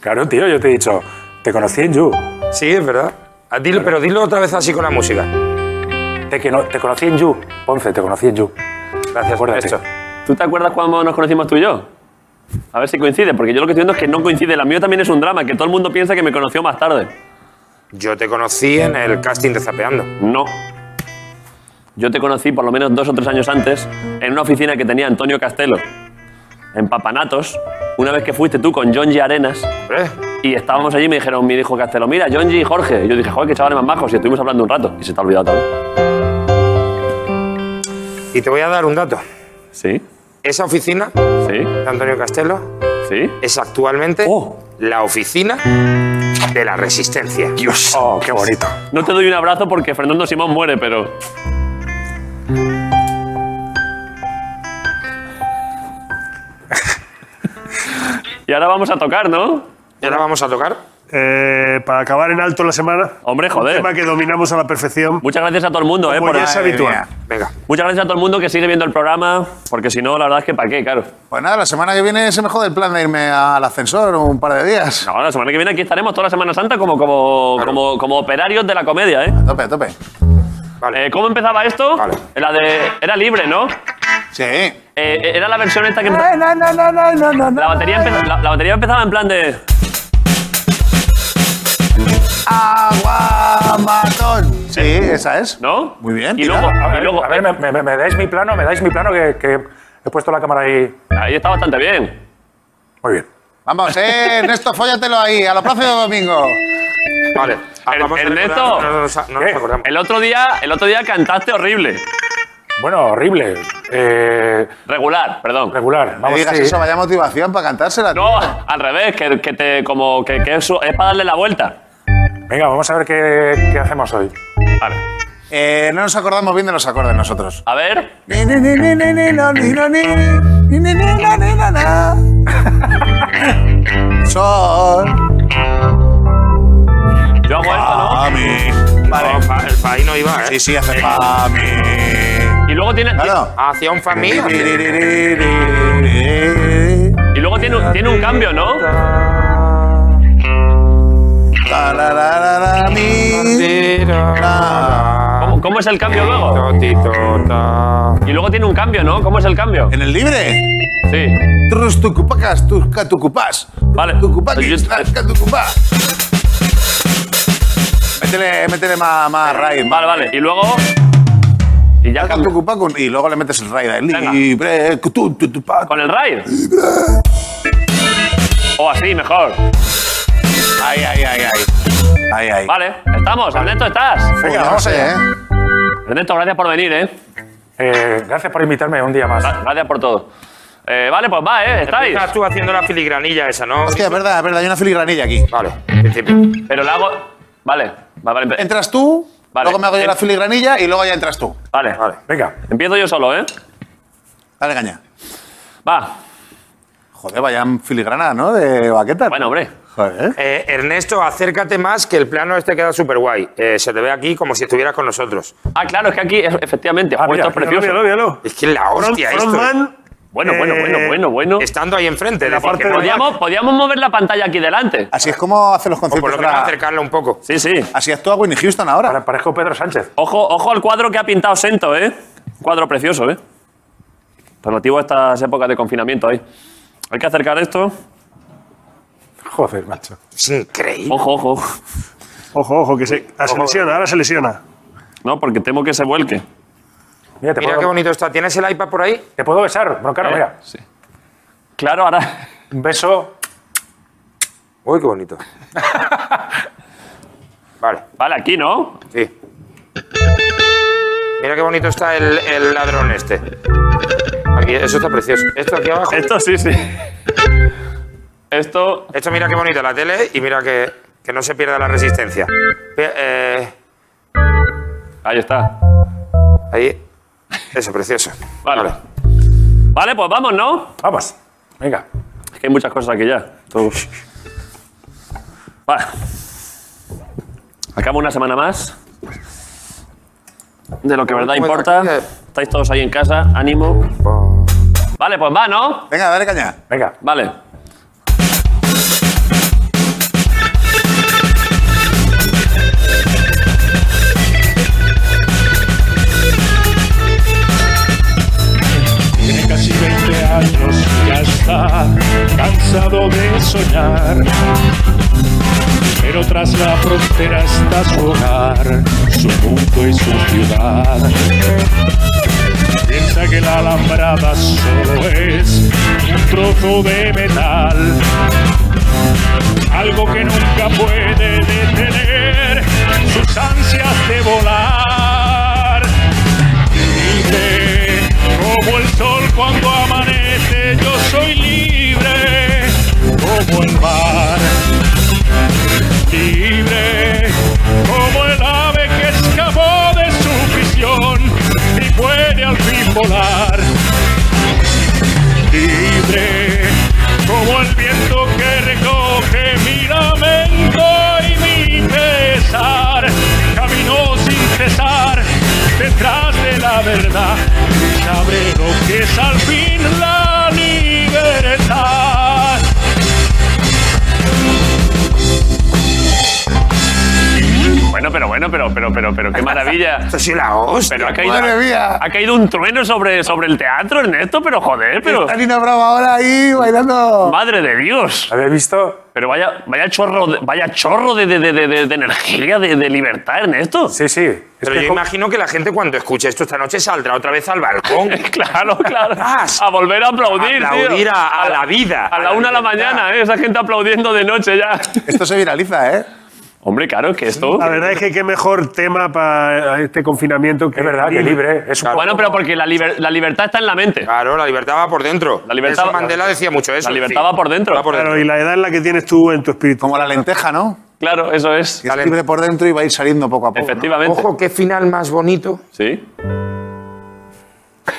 Claro, tío, yo te he dicho, te conocí en You.
Sí, es verdad. Ah, dilo- pero dilo otra vez así con la música.
Te, que no- te conocí en You. Ponce, te conocí en You.
Gracias por
Acuérdate.
esto.
¿Tú te acuerdas cuando nos conocimos tú y yo? A ver si coincide, porque yo lo que estoy viendo es que no coincide. La mía también es un drama, que todo el mundo piensa que me conoció más tarde.
Yo te conocí en el casting de Zapeando.
No. Yo te conocí por lo menos dos o tres años antes en una oficina que tenía Antonio Castelo, en Papanatos, una vez que fuiste tú con John G. Arenas.
¿Eh?
Y estábamos allí y me dijeron, me dijo Castelo, mira, John G. y Jorge. Y yo dije, joder, qué chavales más majos. Y estuvimos hablando un rato. Y se te ha olvidado también.
Y te voy a dar un dato.
Sí,
Esa oficina
sí,
de Antonio Castelo
sí.
es actualmente
Oh.
la oficina de la Resistencia.
Dios.
Oh, qué bonito.
No te doy un abrazo porque Fernando Simón muere, pero... y ahora vamos a tocar, ¿no?
Y ahora vamos a tocar.
Eh, para acabar en alto la semana,
Hombre, joder.
tema que dominamos a la perfección,
Muchas gracias a todo el mundo, ¿eh?
como
por-
ya es habitual.
ah, Venga.
Muchas gracias a todo el mundo que sigue viendo el programa, porque si no, la verdad es que para qué, claro.
Pues nada, la semana que viene se me jode el plan de irme al ascensor un par de días.
No, la semana que viene aquí estaremos toda la Semana Santa como, como, como, como operarios de la comedia, ¿eh?
A tope, a tope.
Vale.
Eh, ¿Cómo empezaba esto?
Vale.
La de... Era libre, ¿no?
Sí.
Eh, era la versión esta que... empezaba-
No, no, no, no, no, no, no.
La batería, empe- la, la batería empezaba en plan de...
Agua, matón. Sí, esa es.
¿No?
Muy bien,
Y
tirado.
luego...
A
y
ver,
luego
a ver, me, me- me dais mi plano, me dais mi plano que, que he puesto la cámara ahí.
eh, Ahí está bastante bien.
Muy bien.
Vamos, eh, Ernesto, fóllatelo ahí, a los próximos domingo.
Vale. Ah,
Er-
vamos a
Ernesto.
recordar- No, no nos- no nos
¿Qué?
acordamos.
El otro día, el otro día cantaste horrible.
Bueno, horrible. Eh,
Regular, perdón.
regular.
No
Vamos,
digas
sí.
eso, vaya motivación para cantársela. tío.
No, al revés, que, que te como que, que eso es para darle la vuelta.
Venga, vamos a ver qué, qué hacemos hoy.
Vale.
Eh, no nos acordamos bien de los acordes nosotros.
A ver.
Sol.
Yo hago esto, ¿no?
Pa' mí.
No, fa- el país no iba, ¿eh?
Sí, sí, hace pa' mí.
Y luego tiene,
Claro.
Hacia un familia.
y luego tiene, un- tiene un cambio, ¿no?
La, la, la, la, la, mi, la.
¿Cómo, cómo es el cambio luego? Y luego tiene un cambio, ¿no? ¿Cómo es el cambio?
En el libre.
Sí.
Trus tucupacas, tusca tucupas.
Vale.
Tucupaquis,
Yo-
tasca tucupá. Métele, métele más, más raid.
Vale, vale. Y luego. Y ya
Tasca
cambia.
tucupá con- Y luego le metes el raid. ahí.
Venga.
Libre. cu- tu- tu- tu- pa.
¿Con el raid? O así, mejor.
Ay, ay, ay, ay. Ay, ay.
Vale, estamos. Ernesto, ¿estás?
Venga, vamos allá, ¿eh?
Ernesto, gracias por venir, ¿eh?
Eh, gracias por invitarme un día más.
Gra- Gracias por todo. Eh, vale, pues va, ¿eh? ¿Estáis?
Estás Ah, tú haciendo la filigranilla esa, ¿no?
Hostia, es verdad, es verdad. Hay una filigranilla aquí.
Vale, en principio.
Pero la hago. Vale, vale, vale. empe-
Entras tú,
Vale.
luego me hago yo la
Ent-
filigranilla y luego ya entras tú.
Vale, vale.
Venga,
Empiezo yo solo, ¿eh?
Dale, caña.
Va.
Joder, vayan filigrana, ¿no? De baqueta.
Bueno, hombre.
Joder.
Eh, Ernesto, acércate más, que el plano este queda súper guay. se te ve aquí como si estuvieras con nosotros.
Ah, claro, es que aquí, e- efectivamente,
Ah,
puesto
mira,
es precioso.
Míralo, míralo.
Es que es la
Front-
hostia esto.
Frontman.
Bueno, bueno,
eh,
bueno, bueno, bueno.
Estando ahí enfrente.
la
es decir,
parte
que no-
de abajo.
Podríamos, podríamos mover la pantalla aquí delante.
Así es como hacen los
o por
conciertos.
lo menos
ahora.
acercarla un poco.
Sí, sí.
Así actúa Winnie Houston ahora.
ahora parezco Pedro Sánchez.
Ojo, ojo al cuadro que ha pintado Sento, ¿eh? Un cuadro precioso, ¿eh? Relativo a estas épocas de confinamiento ahí. Hay que acercar esto.
Joder, macho.
Es increíble.
Ojo, ojo. ojo.
Ojo, ojo, que se, ah, se lesiona, ahora se lesiona.
No, porque temo que se vuelque.
Mira, te,
Mira
puedo,
qué bonito está. ¿Tienes el iPad por ahí?
te puedo besar, Broncano,
Eh,
Ah, mira.
sí. Claro, ahora.
Un beso.
Uy, qué bonito. vale,
Vale, aquí, ¿no?
sí. Mira qué bonito está el, el ladrón este. Aquí, eso está precioso. Esto aquí abajo.
Esto sí, sí. Esto.
Esto mira qué bonito la tele y mira que, que no se pierda la resistencia. Eh, eh,
Ahí está.
ahí. Eso, precioso.
Vale. Vale, pues vamos, ¿no?
Vamos. Venga.
Es que hay muchas cosas aquí ya. Todo- Vale. Acabo una semana más. De lo que verdad
¿Cómo
importa.
está?
Estáis todos ahí en casa, ánimo. Vale, pues va, ¿no?
Venga, dale caña.
Venga.
Vale.
Tiene casi 20 años y ya está cansado de soñar. Pero tras la frontera está su hogar, su mundo y su ciudad. Piensa que la alambrada solo es un trozo de metal. Algo que nunca puede detener sus ansias de volar. Libre, como el sol cuando amanece, yo soy libre, como el mar. Libre, como el ave que escapó de su prisión y puede al fin volar. Libre, como el viento que recoge mi lamento y mi pesar. Camino sin cesar detrás de la verdad y sabré lo que es al fin la libertad.
Bueno, pero bueno, pero, pero, pero, pero, qué maravilla.
Esto sí la hostia.
Pero ha caído,
madre mía.
ha caído un trueno sobre, sobre el teatro, Ernesto, pero joder, pero.
Está Nina Bravo ahora ahí bailando.
Madre de Dios.
¿Habéis visto?
Pero vaya, vaya chorro, de- vaya chorro de, de, de, de- de energía, de, de libertad, Ernesto.
Sí, sí. Es
Pero
que
yo
como-
imagino que la gente cuando escuche esto esta noche saldrá otra vez al balcón.
Claro, claro.
Más.
A volver a aplaudir,
A aplaudir
tío.
a- a la
A
vida, a
la
la
una de la
libertad.
mañana, ¿eh? esa gente aplaudiendo de noche ya.
Esto se viraliza, ¿eh?
Hombre, claro, que esto.
La verdad es que qué mejor tema para este confinamiento que
Es verdad que libre. Es un
Bueno, pero porque la, liber- la libertad está en la mente.
Claro, la libertad va por dentro.
¿eh? La libertad
Nelson
va-
Mandela decía mucho eso.
La
es
libertad va
decir,
por dentro.
va por
Claro,
dentro.
y la edad en la que tienes tú en tu espíritu.
Como la lenteja, ¿no?
Claro, eso es.
Que se libre por dentro y va a ir saliendo poco a poco. ¿no?
Efectivamente.
Ojo, qué final más bonito
Sí.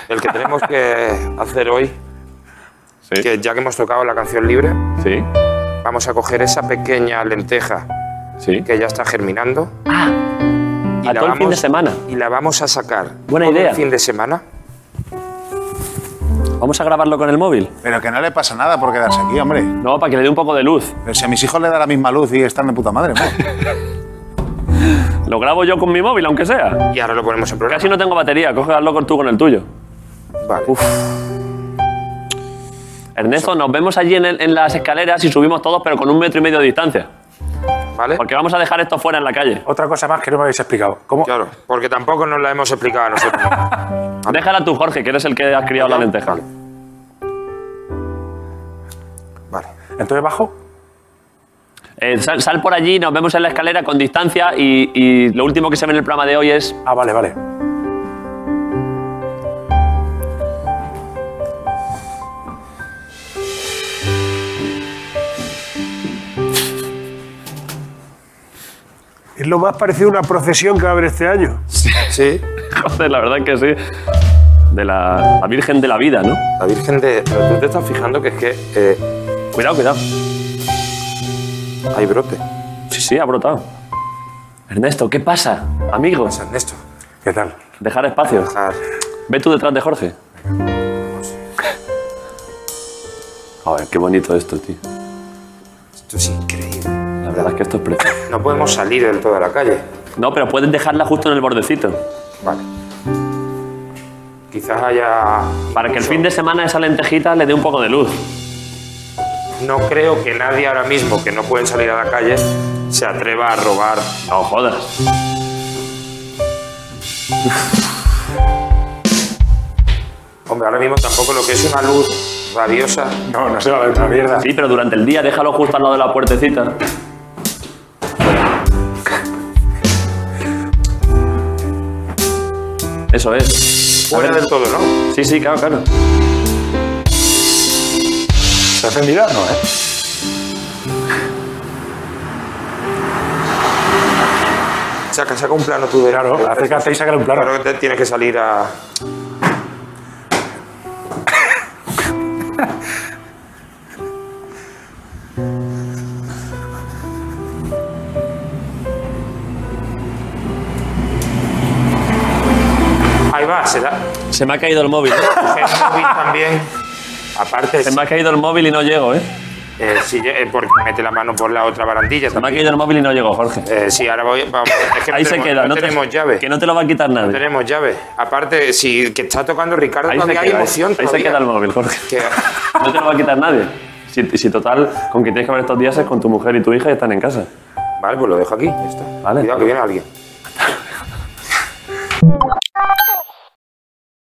el que tenemos que hacer hoy.
Sí.
Que ya que hemos tocado la canción libre,
Sí.
vamos a coger esa pequeña lenteja
Sí.
que ya está germinando. y
Ah, A todo el fin de semana.
Y la vamos a sacar.
Buena
todo
idea.
El fin de semana.
Vamos a grabarlo con el móvil.
Pero que no le pasa nada por quedarse aquí, hombre.
No, para que le dé un poco de luz.
Pero si a mis hijos le da la misma luz y están de puta madre, ¿no?
Lo grabo yo con mi móvil, aunque sea.
Y ahora lo ponemos en programa.
Casi no tengo batería, cógelo con tú con el tuyo.
Vale.
Ernesto, nos vemos allí en, el- en las escaleras y subimos todos, pero con un metro y medio de distancia.
¿Vale?
Porque vamos a dejar esto fuera en la calle.
Otra cosa más que no me habéis explicado. ¿Cómo?
Claro, porque tampoco nos la hemos explicado a nosotros.
Déjala tú, Jorge, que eres el que has criado la lenteja.
Vale. Vale.
Entonces bajo.
Eh, sal, sal por allí, nos vemos en la escalera con distancia y, y lo último que se ve en el programa de hoy es
Ah, vale, vale.
Es lo más parecido a una procesión que va a haber este año.
Sí,
Joder, la verdad que sí. De la, la Virgen de la Vida, ¿no?
la Virgen de. Pero tú te estás fijando que es que eh,
Cuidado, cuidado.
hay brote.
Sí, sí, ha brotado. Ernesto, ¿qué pasa? Amigo,
San Ernesto.
¿Qué tal?
dejar espacio.
Ah,
Ve tú detrás de Jorge. A ver, qué bonito esto, tío.
Esto es increíble.
La verdad es que esto es precioso.
No podemos salir del todo a la calle.
No, pero puedes dejarla justo en el bordecito.
Vale. Quizás haya.
Para que el fin de semana esa lentejita le dé un poco de luz.
No creo que nadie ahora mismo que no pueden salir a la calle se atreva a robar.
No jodas.
Hombre, ahora mismo tampoco lo que es una luz radiosa.
No, no se va a ver una mierda.
Sí, pero durante el día déjalo justo al lado de la puertecita. Eso es.
Fuera del todo, ¿no?
Sí, sí, claro, claro.
¿Está encendida? No, ¿eh?
Saca, saca un plano tú de.
Claro, acércate y saca un plano.
Claro que te tienes que salir a. Ahí va, se da.
Se me ha caído el móvil. ¿eh?
El móvil también. Aparte,
Se me ha caído el móvil y no llego, ¿eh?
eh, si lle- eh, porque mete la mano por la otra barandilla.
Se me ha
también.
caído el móvil y no llego, Jorge.
Eh, sí, ahora voy. Vamos, es que no
Ahí se
tenemos-
queda.
No,
te-
tenemos llave.
Que no te lo va a quitar
No
nadie.
tenemos llave. Aparte, si que está tocando Ricardo,
Ahí se
todavía hay
queda. ahí-
emoción.
Ahí se
todavía.
queda el móvil, Jorge.
Que-
No te lo va a quitar nadie. Si, si total, con quien tienes que ver estos días es con tu mujer y tu hija y están en casa.
Vale, pues lo dejo aquí. ya está.
Vale.
Cuidado que viene alguien.